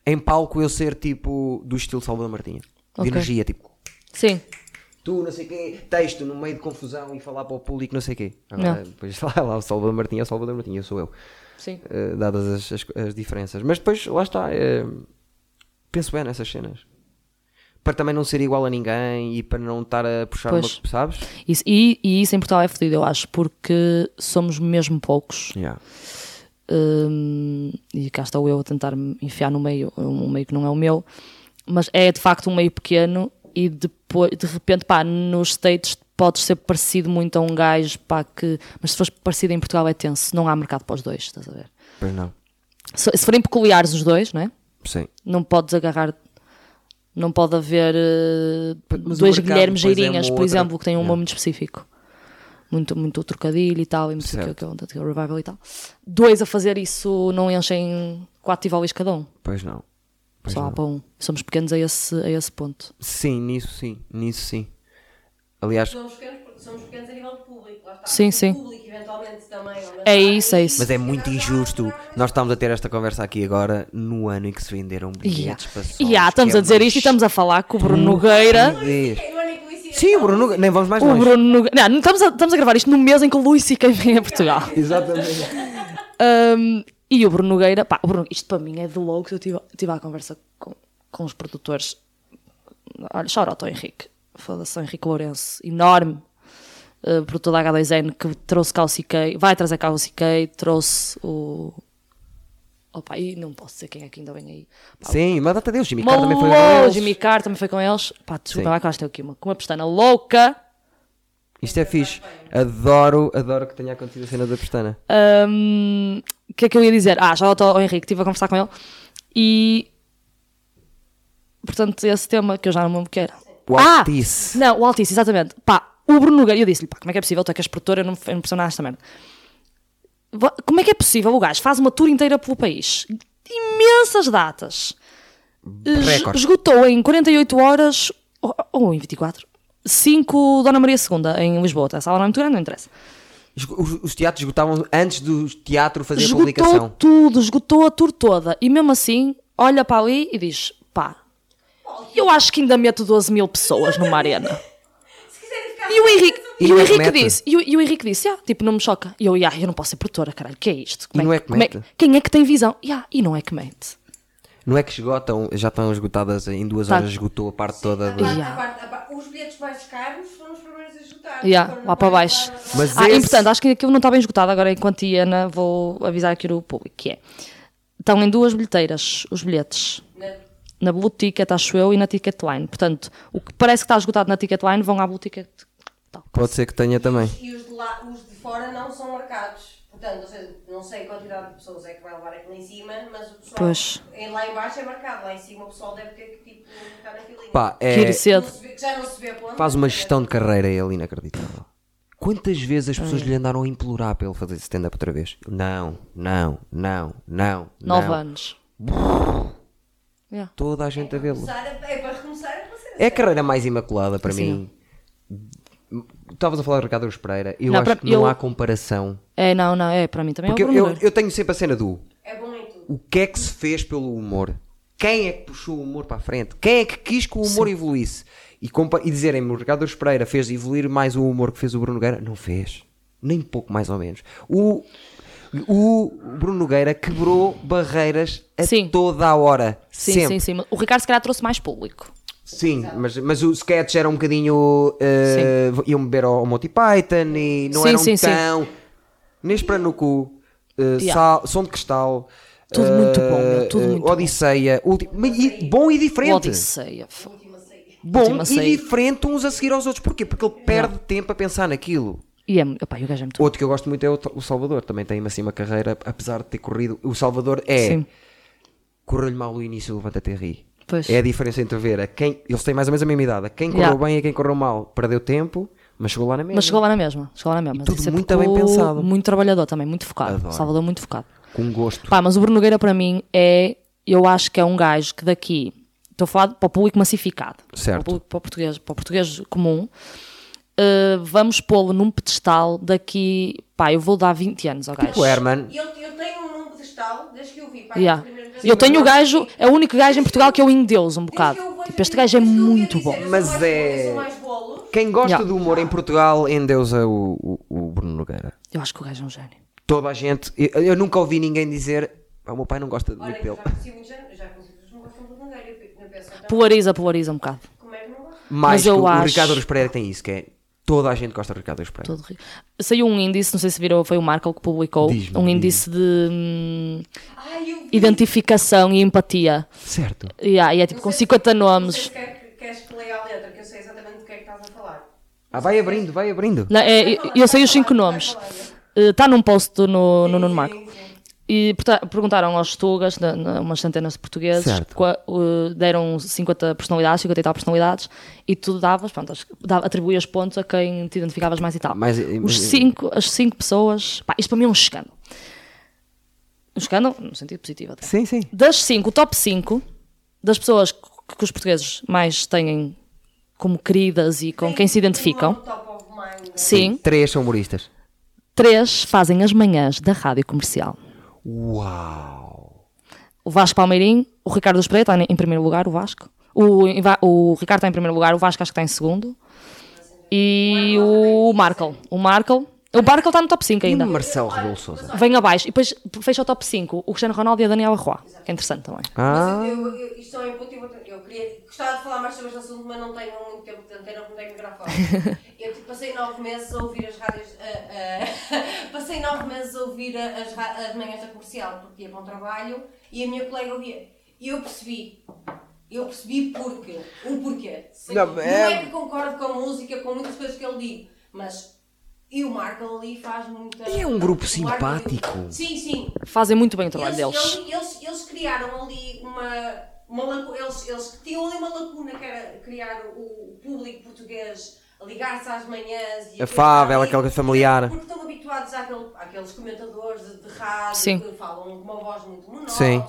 em palco eu ser tipo do estilo Salvador Martinha. De
Ok.
energia, tipo
Sim.
tu, não sei quê, texto no meio de confusão e falar para o público, não sei quê. Agora,
Não.
depois lá, lá o Salvador Martinha é o Salvador Martinha, eu sou eu.
Sim.
Eh, dadas as, as- as diferenças. Mas depois, lá está, eh, penso bem nessas cenas. Para também não ser igual a ninguém e para não estar a puxar
Pois.
uma. Sabes?
Isso- e, e isso em Portugal é fodido, eu acho, porque somos mesmo poucos.
Yeah.
Hum, e cá estou eu a tentar me enfiar no meio, um meio que não é o meu, mas é de facto um meio pequeno e depois, de repente, pá, nos States podes ser parecido muito a um gajo, pá, que, mas se fores parecido em Portugal é tenso, não há mercado para os dois, estás a ver?
Pois não.
Se, se forem peculiares os dois, não é?
Sim.
Não podes agarrar, não pode haver eh,
Mas o
dois
mercado
Guilherme
depois é
Geirinhas,
uma
por
outra-
exemplo, que têm um
Yeah.
nome muito específico. Muito, muito trocadilho e tal, e não sei o que,
Certo.
aquele, aquele revival e tal. Dois a fazer isso não enchem quatro tivolis cada um.
Pois não. Pois
Só há
não.
para um. Somos pequenos a esse, a esse ponto.
Sim, nisso sim. Nisso sim. Aliás,
Somos pequenos, porque somos pequenos a nível de público, lá está.
Sim, sim.
O público eventualmente também. ou não
É
sei.
isso, é isso.
Mas é muito injusto. Nós estamos a ter esta conversa aqui agora no ano em que se venderam bilhetes
E há-
para sons,
e há, estamos
que é
a dizer
uma
isto e estamos a falar com o Bruno Nogueira.
estupidez.
É, não é nem coincidência.
Sim, Bruno, Nogueira, nem vamos mais
O
longe.
Bruno Nogueira. Não, estamos a, estamos a gravar isto no mês em que o Luís e quem vem a Portugal.
Exatamente.
Um, e o Bruno Nogueira, pá, o Bruno, isto para mim é de louco. Eu tive, tive a conversa com, com os produtores. Olha, shout ao Henrique. Foda-se, ao Henrique Lourenço, enorme uh, produtor da H2N que trouxe Calci K, vai trazer Calci K, trouxe o. Opa, e não posso dizer quem é que ainda vem aí. Pá,
Sim, mas até Deus, Jimmy Carr também foi com
Malou,
eles.
Jimmy Carr também foi com eles. Pá, desculpa,
Sim.
lá que eu acho que tenho aqui uma, com uma pestana louca.
Isto é fixe. Adoro, adoro que tenha acontecido a cena da pestana.
Hum, O que é que eu ia dizer? Ah, já estou ao Henrique, estive a conversar com ele e. Portanto, esse tema que eu já não me lembro o que era.
O
Ah!
Altice.
Não, o Altice, exatamente. Pá, o Bruno Nogueira, eu disse-lhe, pá, como é que é possível? Tu é que és produtora, eu não, eu não percebo nada desta merda. Va- Como é que é possível? O gajo faz uma tour inteira pelo país, imensas datas, Es-
Recorde.
esgotou em 48 horas, ou, ou em 24, 5 Dona Maria II em Lisboa. A sala não é muito grande, não interessa.
Esgo- Os, os teatros esgotavam antes do teatro fazer a
esgotou
publicação.
tudo, esgotou a tour toda. E mesmo assim, olha para ali e diz: pá, eu acho que ainda meto 12 mil pessoas numa arena.
Se quiserem ficar. assim,
E o Henrique,
E
e o
não é que
Henrique
mete.
disse: e o, e o Henrique disse, "Ya, tipo, não me choca. E eu, "Ya, eu não posso ser produtora, caralho, que é isto?
E não é que mete.
quem é que tem visão? "Ya, e não é que mete.
Não é que esgotam, já estão esgotadas em duas
Tá.
horas, esgotou a parte toda. Do...
A parte-
Yeah.
a parte- a parte- Os bilhetes mais caros foram os primeiros a esgotar.
Ya,
Foram
ah, lá para baixo.
lá-
Mas
ah,
esse-
e portanto, acho que aquilo não está bem esgotado agora enquanto Ana, vou avisar aqui o público, que é. Estão em duas bilheteiras os bilhetes.
Né?
na Blue Ticket, acho eu, e na Ticketline. Portanto, o que parece que está esgotado na Ticketline vão à Blue Ticket. Tal.
Pode ser que tenha também.
E os de, lá, os de fora não são marcados. Portanto, ou seja, não sei a quantidade de pessoas é que vai levar aquilo em cima, mas o pessoal
Pois.
em- lá em baixo é marcado, lá em cima o pessoal deve ter que tipo ficar na filinha.
Pá, é-
Que ir
Não
cedo.
se vê- que já não se vê a ponta.
faz uma gestão de carreira ele inacreditável. Quantas vezes as
É.
pessoas lhe andaram a implorar para ele fazer stand-up outra vez? Não, não, não, não.
Nove
não.
anos. Yeah.
Toda a gente a vê-lo.
Começar a- É para recomeçar é para ser
É a carreira mais imaculada para
Sim.
mim. Estavas a falar do Ricardo Aruz Pereira. Eu
Não,
acho
para-
que não
eu-
há comparação.
É, não, não, é, para mim também
Porque
é o
eu,
Bruno
eu,
Nogueira.
eu tenho sempre a cena do
É bom em tudo.
o que é que se fez pelo humor? Quem é que puxou o humor para a frente? Quem é que quis que o humor evoluísse? E, compa- e dizerem-me, o Ricardo Aruz Pereira fez evoluir mais o humor que fez o Bruno Nogueira? Não fez. Nem pouco, mais ou menos. O, o Bruno Nogueira quebrou barreiras a
Sim.
toda a hora.
Sim,
sempre.
sim, sim. mas O Ricardo se calhar trouxe mais público.
Sim, mas, mas o sketch era um bocadinho. Uh, iam beber ao, ao Monty Python e não
Sim,
eram
sim, sim.
tão. Neste para no cu, uh,
Yeah.
sal- som de cristal.
Tudo
uh,
muito bom, meu, tudo muito bom.
Odisseia, ulti- mas e- bom e
O
diferente.
Odisseia. f-
Bom
Última
e
ceia.
diferente uns a seguir aos outros. Porquê? Porque ele perde tempo a pensar naquilo.
E é, opá, e o gajo é muito.
Outro que eu gosto muito é o, o Salvador. Também tem assim uma carreira, apesar de ter corrido. O Salvador é.
Sim.
Correu-lhe mal o início do Levanta-te e ri.
Pois.
É a diferença entre ver a quem. Eles têm mais ou menos a mesma idade. A quem correu
Yeah.
bem e a quem correu mal. Perdeu tempo, mas chegou lá na mesma.
Mas chegou lá na mesma. Chegou lá na mesma.
tudo
Isso é
muito
porque
bem
o-
pensado.
Muito trabalhador também, muito focado.
Adoro.
Salvador, muito focado.
Com gosto.
Pá, mas o Bruno Nogueira para mim é. Eu acho que é um gajo que daqui. Estou a falar para o público massificado. Para
Certo.
o, público, para o português, para o português comum. eh, vamos pô-lo num pedestal daqui. Pá, eu vou dar 20 anos ao gajo.
O Herman.
E eu, eu tenho um num pedestal, desde que eu vi. Pá,
Yeah.
das primeiras
Eu
vezes-
tenho o gajo, é o único gajo em Portugal que eu endeuso um
Desde
bocado.
que eu vejo-
Tipo, este gajo é
desde que eu
muito
vi a
bom.
dizer, eu sou
Mas
mais
é-
boa, eu sou mais bolo.
Quem gosta
Yeah.
do humor em Portugal endeusa o, o, o Bruno Nogueira.
Eu acho que o gajo é um gênio.
Toda a gente. Eu, eu nunca ouvi ninguém dizer. "Ah, O meu pai não gosta
Olha,
muito
eu
dele.
já conheci muito género, já conheci pessoas que não gostam de Bandeira. Eu fico na peça, então,
Polariza, polariza um bocado.
como é que não gosta?
Mais
Mas eu
que o
acho-
Ricardo Aruz Pereira tem isso, que é. Toda a gente gosta do Ricardo Aruz Pereira.
Todo rico. Saiu um índice, não sei se viram, foi o Marco que publicou,
Diz-me,
um
diz-me.
índice de hum,
Ai, eu vi.
identificação e empatia.
Certo.
E há- e é tipo com 50
Não sei se
nomes.
quer, que- queres que leia a letra, que eu sei exatamente do que é que estás a falar.
Ah, vai abrindo, vai abrindo.
Não, é, eu, eu sei os cinco nomes. Está num post do- no, no Nuno Marco. E porta- perguntaram aos tugas, na- na- umas centenas de portugueses,
Certo.
qua- uh, deram 50 personalidades, 50 e tal personalidades, e tu davas, pronto, as- dava- atribuías pontos a quem te identificavas mais e tal.
Mais-
Os cinco, as cinco pessoas, pá, isto para mim é um escândalo. Um escândalo, no sentido positivo até.
Sim, sim.
Das cinco, o top 5 das pessoas que, que os portugueses mais têm como queridas e com quem se identificam, sim,
Três são humoristas.
três fazem as manhãs da rádio comercial.
Uau!
o Vasco Palmeirim, o Ricardo dos Pereira está em primeiro lugar, o Vasco. O, o Ricardo está em primeiro lugar, o Vasco acho que está em segundo. E o Markle. O Markle. O Markle está no top 5
E
ainda.
Marcelo Rebelo de Sousa.
Vem abaixo. E depois fecha o top 5 o Cristiano Ronaldo e a Daniela Roy, que é interessante também.
Ah,
Mas eu, eu, eu, isto é um input e eu, vou ter- eu queria, gostava de falar mais sobre este assunto, mas não tenho muito tempo de antena, não tenho microfone. eu tipo, passei nove meses a ouvir as rádios. a- a- passei nove meses a ouvir a- as, ra- as manhãs da comercial, porque ia para um trabalho e a minha colega ouvia. E eu percebi. Eu percebi porque. Um porquê. Sei-
Não,
não é...
é-
que concordo com a música, com muitas coisas que ele diz, mas. E o Marco ali faz muita.
E é um grupo
o Marco ali-
simpático.
Sim, sim
Fazem muito bem o trabalho
eles,
deles.
eles- eles- eles criaram ali uma, uma lacuna, eles, eles tinham ali uma lacuna que era criar o, o público português a ligar-se às manhãs e
Afável,
aquele-
aquele que é familiar.
Porque estão habituados àquele, àqueles comentadores de, de rádio
Sim.
que falam com uma voz muito monótona
Sim.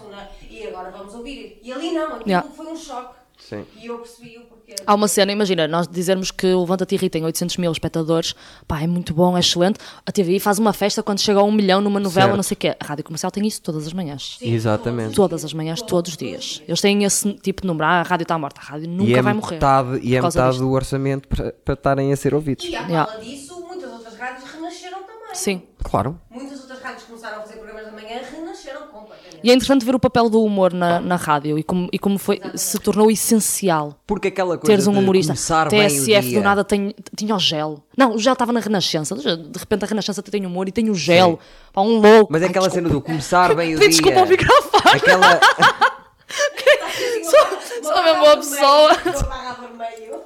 e agora vamos ouvir. E ali não, aquilo
Yeah.
foi um choque.
Sim.
E eu percebi o porquê.
Há uma cena, imagina, nós dizermos que o Levanta-te e Ri tem 800 mil espectadores, pá, é muito bom, é excelente. A TV faz uma festa quando chega a um milhão numa novela,
Certo.
não sei o quê. A rádio comercial tem isso todas as manhãs.
Sim,
Exatamente.
Todas as manhãs, todos os dias. Eles têm esse tipo de número. Ah, a rádio está morta, a rádio nunca
e é
vai morrer.
metade, E
por
é
causa
metade
disto.
do orçamento para para estarem a ser ouvidos.
E à
Yeah.
fala disso, muitas outras rádios renasceram também.
Sim.
Claro.
Muitas outras rádios começaram a fazer programas da manhã renasceram completamente.
E é interessante ver o papel do humor na, na rádio e como, e como foi, se tornou essencial
Porque aquela coisa
teres um
de
humorista.
começar bem o
TSF
dia.
do nada tem- tinha o gel. Não, o gel estava na Renascença. De repente a Renascença tem humor e tem o gel. Pá, um louco.
Mas é
Ai,
aquela
desculpa.
cena do começar bem o dia.
Pedi desculpa ao microfone.
Aquela...
Só,
só mesmo uma pessoa.
Uma barra vermelho.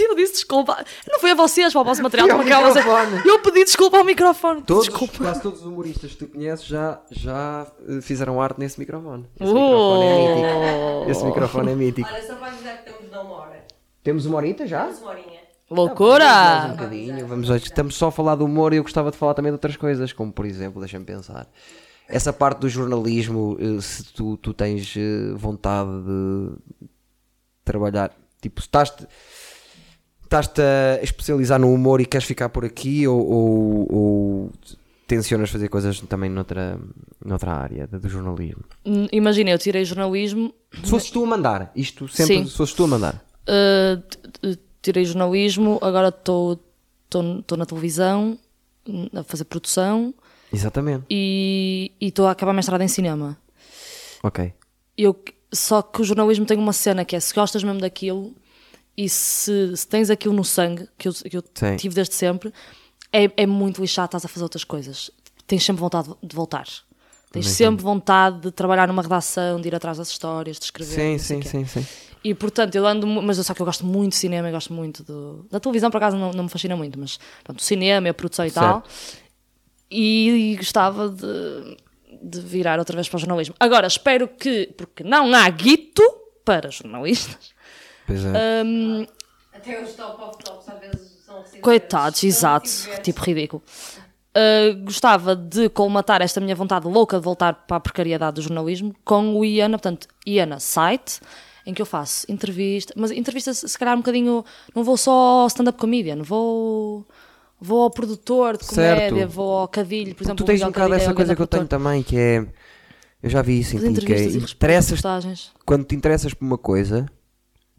eu disse desculpa. Não foi a vocês, para o vosso material.
Foi ao
porque elas-
microfone.
Eu pedi desculpa ao microfone.
Todos,
Desculpa.
quase todos os humoristas que tu conheces já, já eh, fizeram arte nesse microfone. Esse microfone é mítico.
Oh.
Esse microfone é mítico.
Olha, só para avisar que estamos numa hora.
Temos uma horita já?
Temos uma horinha.
Tá bem,
Loucura!
Mais um bocadinho, vamos hoje. Estamos só a falar do humor e eu gostava de falar também de outras coisas, como por exemplo, deixa-me pensar. Essa parte do jornalismo, eh, se tu, tu tens eh, vontade de trabalhar, tipo, estás-te estás-te a especializar no humor e queres ficar por aqui ou, ou, ou tencionas fazer coisas também noutra, noutra área da- do jornalismo?
Hum, Imagina, eu tirei jornalismo,
Se fosses tu a mandar, isto sempre,
Sim.
se fosses tu a mandar.
uh, t- t- tirei jornalismo, agora estou na televisão hum, a fazer produção
Exatamente,
e estou a acabar a mestrado em cinema.
ok.
eu, só que o jornalismo tem uma cena que é se gostas mesmo daquilo e se, se tens aquilo no sangue, que eu, que eu
Sim.
tive desde sempre, é, é muito lixado, estás a fazer outras coisas. Tens sempre vontade de voltar. Tens sempre vontade de trabalhar numa redação, de ir atrás das histórias, de escrever.
Sim,
não sei
sim,
o quê.
sim, sim.
E portanto, eu ando. mu- Mas eu só que eu gosto muito de cinema, eu gosto muito do. Da televisão, por acaso, não, não me fascina muito, mas pronto, o cinema, a produção e tal. E, e gostava de, de virar outra vez para o jornalismo. Agora, espero que. Porque não há guito para jornalistas.
Pois
Ah,
é.
Até os top of tops às vezes são recibos.
Coitados, exato.
Tipo...
Tipo ridículo. Ah, gostava de colmatar esta minha vontade louca de voltar para a precariedade do jornalismo com o Iana, portanto, Iana Site, em que eu faço entrevista, mas entrevista se se calhar um bocadinho, não vou só ao stand-up comedian, vou, vou ao produtor de
Certo.
comédia, vou ao Cadilho, por exemplo.
tu
o
tens
Miguel
um bocado
Cadilho é
essa
um
coisa
grande
que eu tenho
produtor.
também, que é. Eu já vi isso em
Fazer
ti, que é.
entrevistas e
Interessas,
reportagens.
quando te interessas por uma coisa,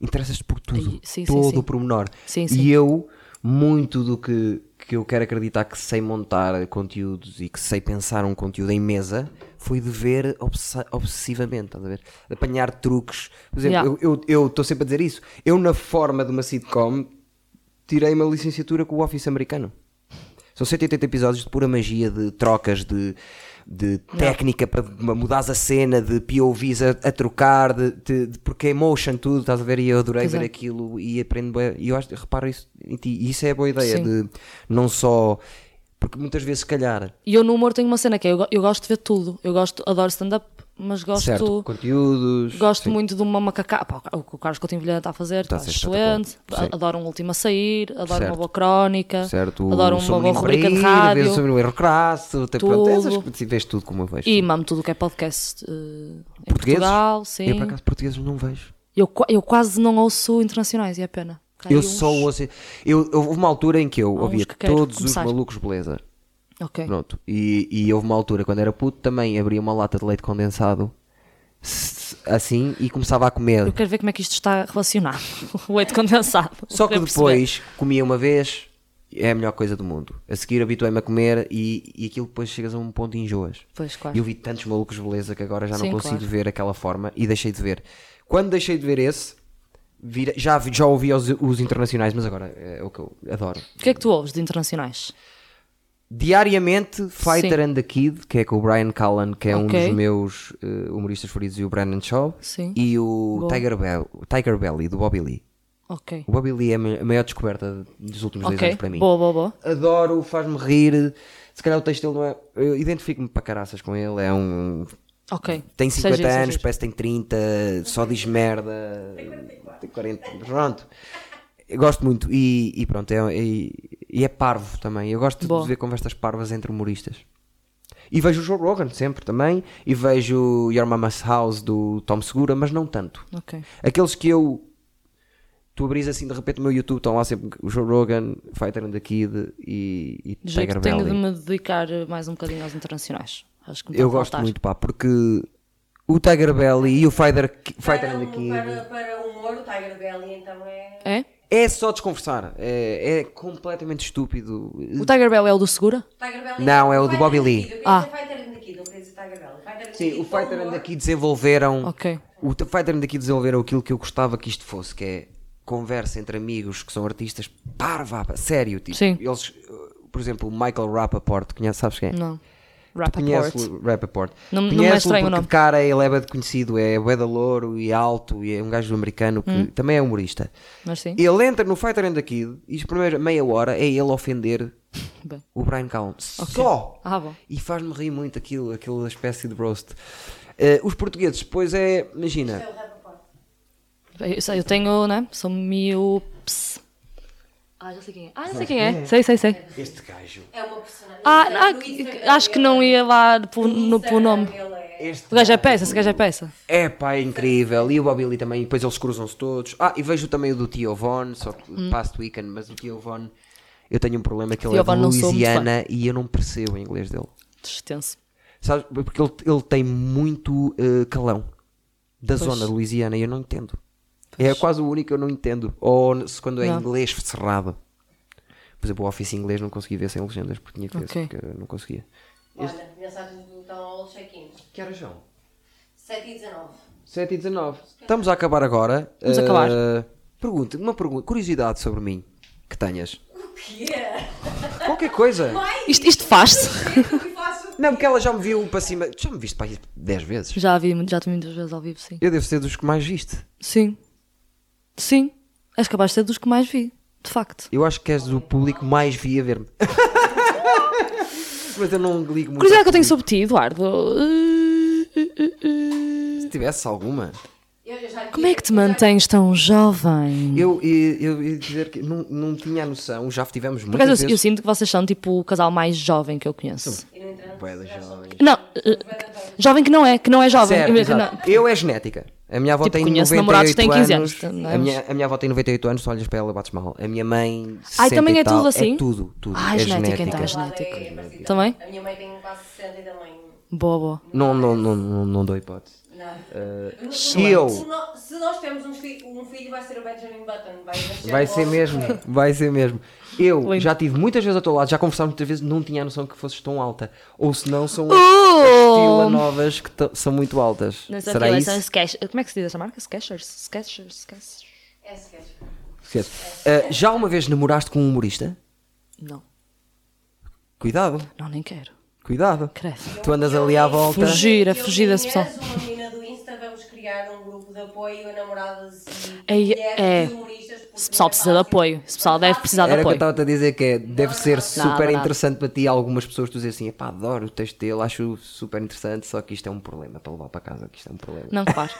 interessas-te por tudo.
Ai, sim, sim,
todo
sim.
o pormenor.
Sim,
E
sim.
eu, muito do que, que eu quero acreditar que sei montar conteúdos e que sei pensar um conteúdo em mesa, foi de ver obse- obsessivamente, estás a ver? Apanhar truques. Por exemplo,
Yeah.
eu- eu eu estou sempre a dizer isso. Eu, na forma de uma sitcom, tirei uma licenciatura com o Office americano. São 180 episódios de pura magia, de trocas, de, de técnica para mudares a cena, de POVs a, a trocar, de, de- de- porque é emotion tudo, estás a ver? E eu adorei
Pois
ver
é.
aquilo e aprendo bué. E eu acho, reparo isso em ti. E isso é a boa ideia,
Sim.
de não só. Porque muitas vezes, se calhar,
E eu no humor tenho uma cena que é, eu, go- eu gosto de ver tudo, eu gosto, adoro stand-up, mas gosto...
certo, conteúdos.
Gosto
sim.
muito de uma macacá. pá, o que o Carlos Coutinho Vilhena está a fazer,
Está
está
a ser
excelente.
espetacular.
A-
Sim.
Adoro um último a sair, adoro
Certo.
uma boa crónica,
Certo,
adoro uma
sobre
boa rubrica de
Vês
rádio
sobre o erro crasso, tem- pronto, essas,
Tudo.
vês tudo como eu vejo.
e mamo tudo o que é podcast eh, em
Portugueses?
Portugal.
Eu,
Sim.
por acaso, portugueses não vejo.
Eu, qua- eu quase não ouço internacionais e é pena. Cai
eu
uns-
só ouço. Eu, eu- houve uma altura em que eu
Há uns
ouvia
que quero
todos os
começar.
malucos, beleza.
Ok.
Pronto. E, e houve uma altura, quando era puto, também abria uma lata de leite condensado s- assim e começava a
Eu
comer.
quero ver como é que isto está relacionado. o leite condensado.
Só que
Quero perceber.
depois comia uma vez, é a melhor coisa do mundo. A seguir habituei-me a comer e, e aquilo depois chegas a um ponto e enjoas.
Pois, claro.
E eu vi tantos malucos beleza que agora já não
Sim,
consigo
claro.
ver aquela forma e deixei de ver. Quando deixei de ver esse, vira- já, vi- já ouvi os, os internacionais, mas agora é o que eu adoro.
O que é que tu ouves de internacionais?
Diariamente, Fighter
Sim.
and the Kid, que é com o Brian Callan, que é um
Ok.
dos meus eh, humoristas favoritos, e o Brandon Shaw,
Sim.
e o
Boa.
Tiger, Bell, o Tiger Belly, do Bobby Lee.
Ok.
O Bobby Lee é a ma- a maior descoberta dos últimos dois
Ok.
anos para mim.
Boa, boa, boa.
Adoro, faz-me rir. Se calhar o texto dele não é. Eu identifico-me para caraças com ele. É um.
Ok.
Tem
Seja
50
isso, seja
anos,
isso.
parece que tem 30, só diz merda. Tem 40. Pronto. Eu gosto muito. E, e pronto, é, e- e é parvo também. Eu gosto
Boa.
de ver conversas parvas entre humoristas. E vejo o Joe Rogan sempre também. E vejo Your Mama's House do Tom Segura, mas não tanto.
Ok.
Aqueles que eu. Tu abris assim de repente o meu YouTube, estão lá sempre o Joe Rogan, Fighter and the Kid e, e
De jeito
Tiger
que tenho
Belly.
de me dedicar mais um bocadinho aos internacionais. Acho que me está
Eu
a
gosto
faltar.
muito, pá, porque o Tiger Belly e o Fighter, Fighter
Para,
and the
o- para,
Kid
para o humor, o Tiger Belly então é.
É?
é só desconversar. É, é completamente estúpido.
O Tiger Bell é o do Segura?
Tiger Belly
Não, é o do
Fighter
Bobby
and the
Lee.
Kid. Eu queria
Ah.
dizer Fighter and the Kid, não queria dizer Tiger Belly. Fighter and the
Sim,
Kid
o
para
Fighter and
humor.
the Kid desenvolveram.
Ok.
O t- Fighter and the Kid desenvolveram aquilo que eu gostava que isto fosse, que é conversa entre amigos que são artistas parva, pá, sério. Tipo, eh,
Sim.
Eles, uh, por exemplo, o Michael Rappaport, conhece, sabes quem é?
Não. Rappaport.
Conhece o Rappaport.
Não- não me é
Conhece-o
estranho o
porque
nome.
de cara ele é bué de conhecido, é bué de louro e alto e é um gajo americano que
Hum.
também é humorista.
Mas sim.
Ele entra no Fighter and the Kid e a primeira meia hora é ele ofender
Bem.
o Brian Callen. Só!
Ah, bom.
E faz-me rir muito aquilo, aquela espécie de roast. Eh, os portugueses, pois é, imagina,
Eu, sei, eu tenho, né? Sou miúpes. Ah, já sei quem é. Ah, já sei quem é. Sei, sei, sei.
este gajo,
É uma personagem.
Ah,
No
ah,
Instagram
acho que
ele
não
é-
ia lá por,
no
no, pelo
Instagram
nome.
ele é-
este
O gajo é peça, esse gajo é peça.
é pá, é incrível. E o Bobby Lee também, e depois eles cruzam-se todos. Ah, e vejo também o do Tio Von, só que past weekend, mas o Tio Von, eu tenho um problema que ele
Hum. Tio
é de
Von não sou muito
Louisiana e eu não percebo o inglês dele.
Extenso.
Sabes? Porque ele, ele tem muito eh, calão da zona de Louisiana e eu não entendo. É quase o único que eu não entendo. Ou n- se quando é
Não.
inglês cerrado. Por exemplo, o Office em inglês não consegui ver sem legendas porque tinha que ver,
Ok.
porque eu não conseguia.
Olha, mensagens do Tom All Check-in.
Que horas são?
7 e 19.
7 e 19. Estamos a acabar agora.
Vamos
Eh,
acabar.
Pergunta, uma pergunta, curiosidade sobre mim que tenhas.
O que é?
Qualquer coisa.
Mãe,
Isto, isto faz-se.
o que faço?
Não, porque ela já me viu para cima. Já me viste para aí 10 vezes.
Já vi, muito- já te vi muitas vezes ao vivo, sim.
Eu devo ser dos que mais viste.
Sim. Sim. És capaz de ser dos que mais vi, de facto.
Eu acho que és o público mais via ver-me. Mas eu não ligo muito.
Curiosidade é que eu
ao público.
tenho sobre ti, Eduardo. Eh,
Se tivesse alguma.
Eu- eu já lhe
Como é
disse-
que te mantens tão jovem?
Eu eu- eu ia dizer que não, não tinha a noção, já tivemos
Por acaso,
muitas
eu, eu
vezes.
sinto que vocês são tipo o casal mais jovem que eu conheço.
Eu não entrei na
Bué da
sociedade,
jovem.
sou
Não, eh,
muito-
jovem que não é, que não é jovem.
Certo,
Eu- eu-
exato.
não.
eu é genética. A minha avó
Tipo,
tem
conheço
98
namorados que têm 15
anos.
anos, não é?
a, minha, a minha avó tem 98 anos, tu olhas para ela bates mal. A minha mãe. 60
Ai,
e
também é
tal,
tudo assim?
É tudo, tudo.
Ah,
é
genética,
genética.
então,
Ela é
genética.
parecida.
Também?
A minha mãe tem quase 60 e também.
Boa, boa.
Não, não, não, não, não dou hipótese.
Não. é.
e Eh, eu?
Se, no- se nós temos um, fi- um filho, vai ser o Benjamin Button. Vai, É,
Vai ser mesmo, vai ser mesmo. Eu
Lindo.
já tive muitas vezes ao teu lado, já conversámos muitas vezes, não tinha a noção que fosses tão alta. Ou se não, são
Oh!
estila novas que t- são muito altas.
Não sei o
Será
quê,
isso?
são Skech- Como é que se diz essa marca? Skechers? Skechers? Skechers?
É sketch.
Certo. Ah, já uma vez namoraste com um humorista?
Não,
Cuidado,
não, nem quero.
cuidado.
Credo.
Tu andas ali à volta.
Fugi. Fugir, é fugir
Eu
desse
conheço uma menina do Insta, vamos criar um grupo de apoio a namoradas e
Ei,
mulheres
é.
e humoristas. porque
Esse pessoal
não é
precisa de
fácil.
apoio. Esse pessoal deve precisar de
Ah, Era o que eu
apoio.
estava a dizer que é, deve ser super
nada.
interessante para ti algumas pessoas tu dizer assim, epá, adoro o texto dele, acho super interessante, só que isto é um problema para levar para casa, que isto é um problema.
Não, claro.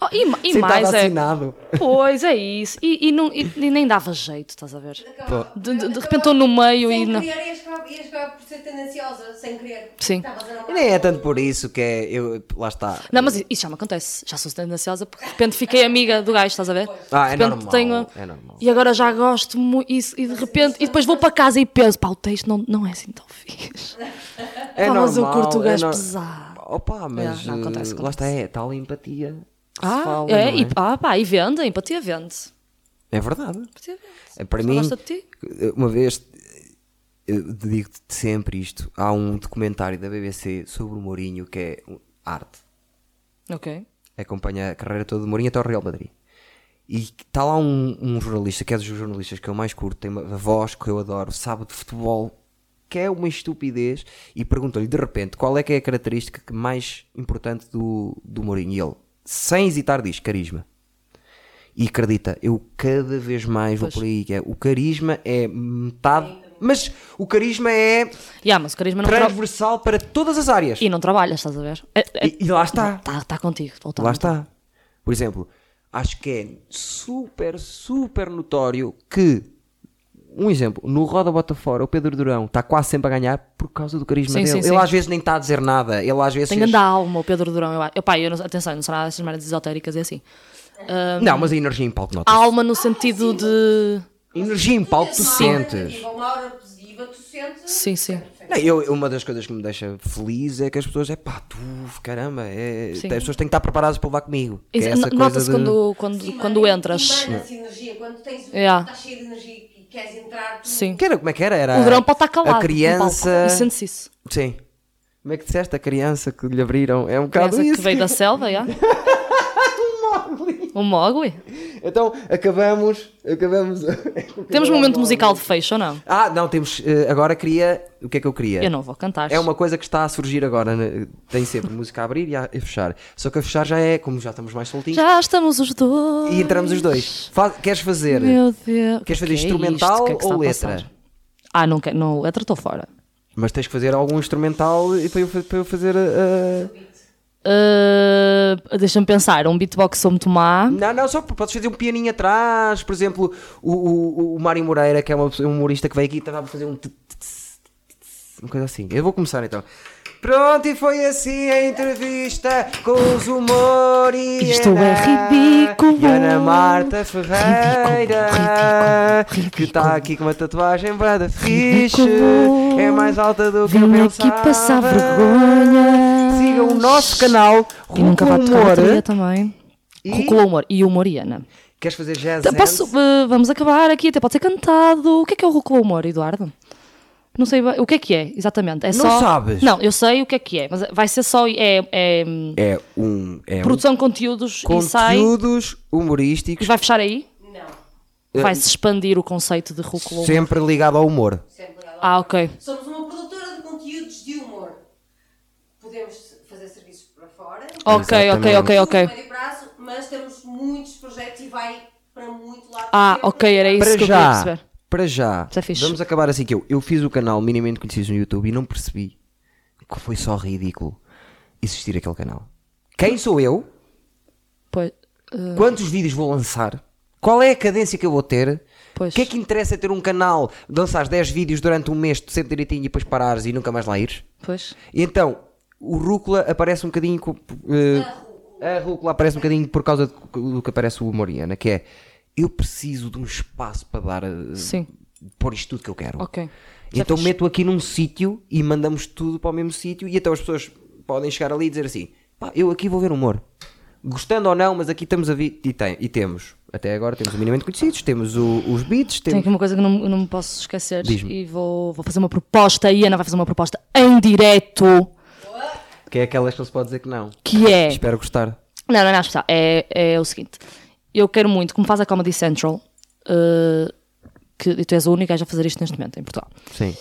Oh, e ma- e
Sim, assim,
mais
estava
é.
assinado.
Pois é isso. E, e não- e- e nem dava jeito, estás a ver?
Acabava-
De, de- de
acabava-
repente estou no meio
sem
e não.
querer, ias acabar- ias acabar por ser tendenciosa, sem querer.
Sim.
Estavas a namorar.
E nem é tanto por isso que é, eu, lá está.
Não, mas isso já me acontece. Já sou tendenciosa porque de repente fiquei amiga do gajo, estás a ver?
Ah,
de
é
repente
normal, é normal.
E agora já gosto muito. E, e de repente. E depois vou para casa e penso: pá, o texto não, não é assim tão fixe.
É
Pá,
normal,
mas eu curto o gajo
é no-
pesado.
Opa, mas
Yeah, não, acontece,
eh, lá está,
acontece.
é tal empatia. que se
Ah,
fala,
é,
não
E, ah, pá, e vende, a empatia vende.
é? É verdade.
Empatia vende.
Eh, Para
Só
mim,
gosta de ti.
eh, uma vez, eh, eu digo-te sempre isto: há um documentário da BBC sobre o Mourinho que é um- arte.
Ok.
Acompanha a carreira toda do Mourinho até ao Real Madrid. E está lá um, um jornalista, que é dos jornalistas que eu mais curto, tem uma voz que eu adoro, sabe de futebol, que é uma estupidez, e pergunta-lhe de repente qual é que é a característica que mais importante do, do Mourinho. E ele, sem hesitar, diz: carisma. E acredita, eu cada vez mais vou por aí. que é, o carisma é metade. Mas o carisma é
Yeah, mas o carisma não tra-
transversal para todas as áreas.
E não trabalhas, estás a ver? É- é-
E- e lá está.
Está tá contigo. ou tá
Lá
não
está. Por exemplo, acho que é super, super notório que, um exemplo, no Roda Bota Fora, o Pedro Durão está quase sempre a ganhar por causa do carisma
Sim,
dele.
sim,
ele
sim.
às vezes nem está a dizer nada, ele às vezes.
Tem grande alma, o Pedro Durão. Eu, acho. eu, pá, eu não, atenção, eu não sou nada dessas merdas esotéricas e assim. Ah,
Não, mas a energia em palco nota.
alma no sentido de.
Energia em palco tu
Uma aura
sentes.
negativa, Uma hora positiva, tu sentes.
Sim, sim.
Não, eu, uma das coisas que me deixa feliz é que as pessoas, é pá, tu, caramba, é, as
Sim.
pessoas têm que estar preparadas para levar comigo. Que é
Isso-
essa
no-
coisa
Nota-se
de...
quando, quando,
Emana-
quando entras.
emana-se energia, quando tens
Yeah.
estás cheio de energia e queres entrar, tu
Sim.
Que era, como é que era? era
O Durão pode estar calado.
A criança.
no palco, E sente-se isso. é
Sim. Como é que disseste a criança que lhe abriram? É um bocado
Criança
isso.
que veio da selva, já. O Um Mogli?
Então, acabamos. Acabamos. Um
Temos um momento musical de fecho ou não?
Ah, não, temos. eh, Agora queria. O que é que eu queria?
Eu não vou cantar.
É uma coisa que está a surgir agora. né? Tem sempre música a abrir e a, a fechar. Só que a fechar já é, como já estamos mais soltinhos.
Já estamos os dois.
E entramos os dois. Faz- queres fazer?
Meu Deus.
Queres fazer
O que é isto?
instrumental
O que é que
ou
está a
letra?
passar? Ah, não quero. Não, letra estou fora.
Mas tens que fazer algum instrumental e para, eu, fa- para eu fazer. a- a-
Uh, Deixa-me pensar. Um beatbox sou muito má.
Não, não, só podes fazer um pianinho atrás. Por exemplo, o, o, o Mário Moreira, que é uma pessoa- um humorista que veio aqui, estava a fazer um. t- t- tss, t- tss, Uma coisa assim. Eu vou começar então. Pronto, e foi assim a entrevista com os humor e
Isto
Ana-
é ridículo.
E Ana Marta Ferreira,
Ridículo, ridículo,
que está aqui com uma tatuagem bada fixe,
Ridículo.
é mais alta do que eu
Vim
pensava.
aqui passar vergonha.
Siga o nosso canal,
E nunca vai tocar
Humor.
bateria também.
E-
Rúcula humor e humoriana.
Queres fazer jazz?
Tá, posso,
hands?
uh, vamos acabar aqui, até pode ser cantado. O que é que é o rúcula humor, Eduardo? Não sei bem- o que é que é, exatamente. É
Não
só...
sabes?
Não, eu sei o que é que é, mas vai ser só. É, é, hum,
É um. É um
produção de conteúdos, ensaio.
conteúdos
E
humorísticos
vai fechar aí?
Não,
Vai-se expandir o conceito de rúcula humor.
sempre ligado ao humor.
sempre ligado.
Ah, ok.
Somos uma produtora de conteúdos de humor. Podemos fazer serviços para fora.
Ok, ok,
Exatamente.
ok,
Curto,
ok.
médio prazo, mas temos muitos projetos e vai para muito lado.
Ah,
sempre.
ok, era isso
Para
que eu queria
já,
perceber.
para já,
Isso é fixe.
vamos acabar assim que eu, eu fiz o canal minimamente conhecido no YouTube e não percebi que foi só ridículo existir aquele canal. Quem sou eu?
Pois, uh,
Quantos vídeos vou lançar? Qual é a cadência que eu vou ter? O
Pois.
que é que interessa ter um canal, lançares 10 vídeos durante um mês, tu sempre direitinho e depois parares e nunca mais lá ires?
pois.
E então, o rúcula aparece um bocadinho. com- eh, a rúcula aparece um bocadinho por causa de- do que aparece o Moriana, que é eu preciso de um espaço para dar. eh,
Sim.
Pôr isto tudo que eu quero.
Ok. Já
Então
fixe.
meto aqui num sítio e mandamos tudo para o mesmo sítio e então as pessoas podem chegar ali e dizer assim: pá, eu aqui vou ver humor. Gostando ou não, mas aqui estamos a vir. E, tem- e temos, até agora, temos o minimamente conhecidos, temos o- os beats,
Tem
temos.
aqui uma coisa que não, não me posso esquecer
Diz-me.
e vou, vou fazer uma proposta. A Iana vai fazer uma proposta em direto
Que é aquelas que não se pode dizer que não.
que é.
Espero gostar.
Não, não, não, está. É, é o seguinte: eu quero muito, como faz a Comedy Central, eh, que e tu és a única gaja a fazer isto neste momento em Portugal,
Sim.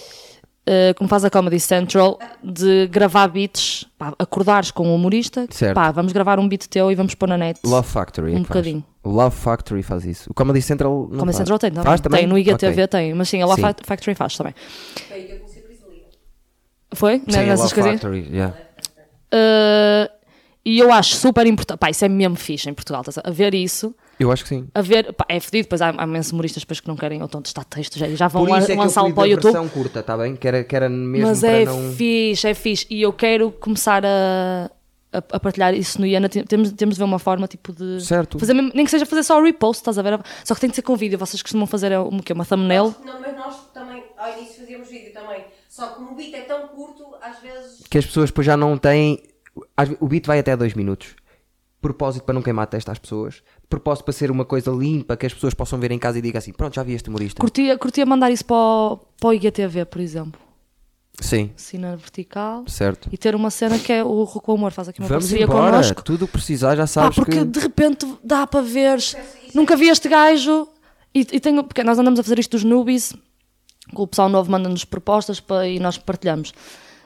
eh, como faz a Comedy Central, de gravar beats, pá, acordares com o humorista,
Certo.
pá, vamos gravar um beat teu e vamos pôr na net.
Love Factory. é
Um
que faz.
bocadinho.
Love Factory faz isso. O Comedy Central não
Comedy
faz.
Central tem, também.
Faz também?
tem, no IGTV
Ok.
tem, mas sim, a Love
Sim.
Fact- Factory faz também.
Foi aí que eu conheci a Priscila.
Foi?
Sim, é a
Nessas
Love
coisinhas?
Factory, yeah.
Eh, e eu acho super importante, pá, isso é mesmo fixe em Portugal, estás a ver isso.
Eu acho que sim.
a ver, pá, é fedido, pois há, há imensos humoristas depois que não querem, ou estão a testar textos, já, já vão
Por
lan-
isso é que eu
lançá-lo
fui
para o
da
YouTube.
versão curta, está bem? Que era, que era mesmo
Mas
para
é
não...
fixe, é fixe. E eu quero começar a, a, a partilhar isso no Iana. Tem- Temos, temos de ver uma forma tipo de.
Certo.
Fazer mesmo- nem que seja fazer só o repost, estás a ver? Só que tem de ser com vídeo. Vocês costumam fazer é um, o quê? Uma thumbnail?
Não, mas nós também, ao início fazíamos vídeo também. Só que como o beat é tão curto, às vezes.
Que as pessoas depois já não têm... às ve- O beat vai até dois minutos. Propósito para não queimar a testa às pessoas. Propósito para ser uma coisa limpa que as pessoas possam ver em casa e digam assim, pronto, já vi este humorista.
Curtia, curtia mandar isso para o, para o IGTV, por exemplo.
Sim,
Assim na vertical.
certo.
E ter uma cena que é o Rocco Amor faz aqui uma
Vamos
parceria
embora.
connosco.
Tudo o que precisar, já
Pá,
sabes
porque
que...
de repente dá para veres. Nunca vi este gajo. E, e tenho, porque nós andamos a fazer isto dos newbies, com o pessoal novo manda-nos propostas pa- e nós partilhamos.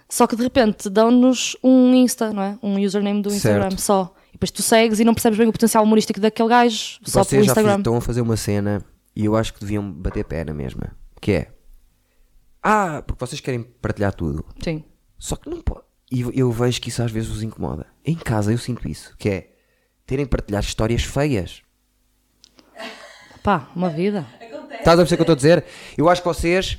Só que de repente dão-nos um Insta, não é? Um username do Instagram
Certo.
só. E depois tu segues e não percebes bem o potencial humorístico daquele gajo só pelo
Vocês já fiz-
Instagram.
estão a fazer uma cena e eu acho que deviam bater pé na mesma. Que é. Ah, porque vocês querem partilhar tudo.
Sim.
Só que não pode. E eu- eu vejo que isso às vezes os incomoda. Em casa eu sinto isso. Que é terem partilhado histórias feias.
Pá, uma vida.
Acontece.
Estás a perceber o que eu estou a dizer? Eu acho que vocês,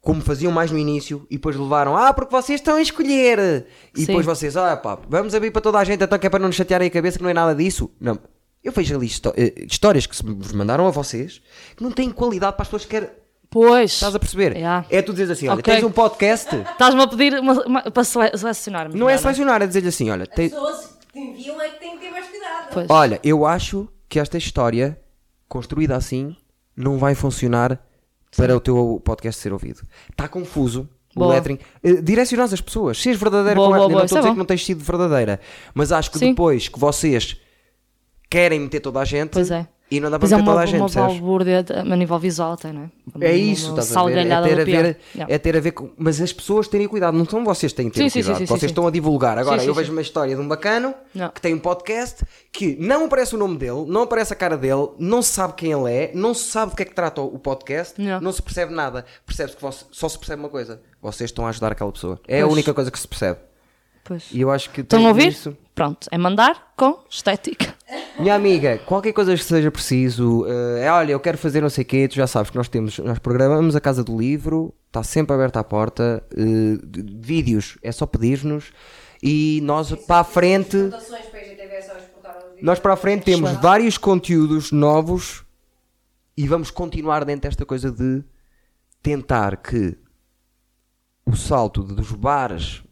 como faziam mais no início, e depois levaram, ah, porque vocês estão a escolher. E
Sim.
depois vocês, ah, pá, vamos abrir para toda a gente, então que é para não nos chatearem a cabeça, que não é nada disso. Não. Eu vejo ali histó- eh, histórias que se vos mandaram a vocês que não têm qualidade para as pessoas que querem.
Pois.
Estás a perceber?
Yeah.
É tu dizes assim: olha,
Ok.
tens um podcast.
Estás-me a pedir uma- uma- para sele- selecionar-me.
Não é
melhor,
selecionar, é dizer-lhe assim: olha,
As
te-
pessoas que te enviam é que têm que ter mais cuidado.
Pois.
Olha, eu acho que esta história, construída assim, não vai funcionar para o teu podcast ser ouvido. Está confuso. O
Boa.
lettering. Eh, Direciona as pessoas. Seres verdadeira
Boa, é
com
boa,
ela. Eu
boa,
não estou
isso
a
é
dizer
bom.
que não tens sido verdadeira. Mas acho que
Sim.
depois que vocês querem meter toda a gente
Pois é.
e não dá para
Pois é
meter
uma,
toda a gente,
uma
percebes?
balbúrdia de- a nível visual até, não é? Uma-
É isso,
uma
estás a ver? É
salgalhada
ter a
do pior.
ver,
Yeah.
é ter a ver com. Mas as pessoas terem cuidado, não são vocês que têm que ter
Sim, sim,
cuidado.
sim, sim,
vocês
sim.
estão a divulgar. Agora,
Sim, sim,
eu vejo
sim.
uma história de um bacano
Não.
que tem um podcast que não aparece o nome dele, não aparece a cara dele, não se sabe quem ele é, não se sabe do que é que trata o o podcast,
Não.
não se percebe nada. Percebe-se que você- só se percebe uma coisa: vocês estão a ajudar aquela pessoa. É a
Pois.
única coisa que se percebe.
Pois.
E eu acho que.
Estão
tem
a ouvir?
isso.
Pronto, é mandar com estética.
Minha amiga, qualquer coisa que seja preciso, eh, é, olha, eu quero fazer não sei o quê, tu já sabes que nós temos, nós programamos a Casa do Livro, está sempre aberta a porta, eh, d- vídeos, é só pedir-nos e nós para a frente,
Votações para a IGTV é só exportaram os vídeos.
nós para a frente temos vários conteúdos novos e vamos continuar dentro desta coisa de tentar que o salto dos bares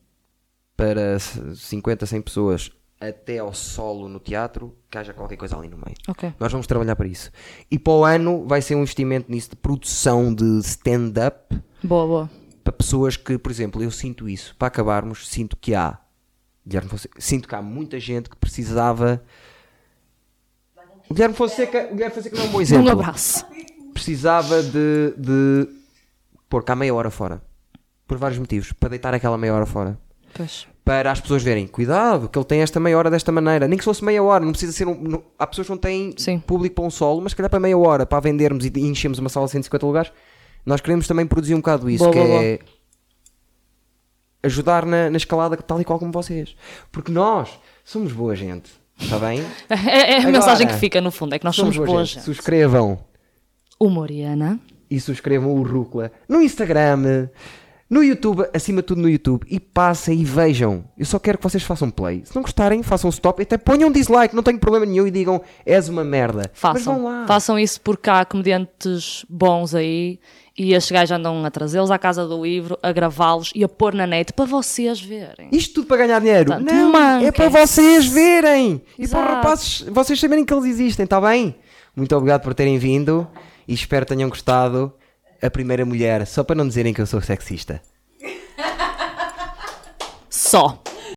para c- 50, 100 pessoas até ao solo no teatro, que haja qualquer coisa ali no meio.
Ok.
Nós vamos trabalhar para isso. E para o ano vai ser um investimento nisso de produção de stand-up
Boa, boa.
para pessoas que, por exemplo, eu sinto isso. Para acabarmos, sinto que há. Guilherme Fonseca, sinto que há muita gente que precisava. O Guilherme Fonseca, o Guilherme Fonseca não é um bom exemplo.
Um abraço.
Precisava de, de pôr cá meia hora fora. Por vários motivos. Para deitar aquela meia hora fora
Pois.
para as pessoas verem, cuidado, que ele tem esta meia hora desta maneira, nem que se fosse meia hora, não precisa ser um. não- há pessoas que não têm
Sim.
público para um solo, mas se calhar para meia hora, para vendermos e enchemos uma sala de 150 lugares, nós queremos também produzir um bocado isso,
Boa,
que
boa,
é ajudar na, na escalada tal e qual como vocês. Porque nós somos boa gente, está bem?
É, é a
Agora,
mensagem que fica no fundo, é que nós somos,
boa
boas. gente.
Subscrevam
Humoriana.
e subscrevam o Rúcula no Instagram, no YouTube, acima de tudo no YouTube, e passem e vejam. Eu só quero que vocês façam play. Se não gostarem, façam stop, até ponham dislike, não tenho problema nenhum e digam és uma merda. Mas vão
Façam,
lá.
façam isso porque há comediantes bons aí e estes gajos andam a trazê-los à casa do livro, a gravá-los e a pôr na net para vocês verem.
Isto tudo para ganhar dinheiro.
Portanto,
não, é
manquem-se.
para vocês verem. E
Exato.
para os rapazes, vocês saberem que eles existem, está bem? Muito obrigado por terem vindo e espero que tenham gostado. A primeira mulher, só para não dizerem que eu sou sexista.
Só.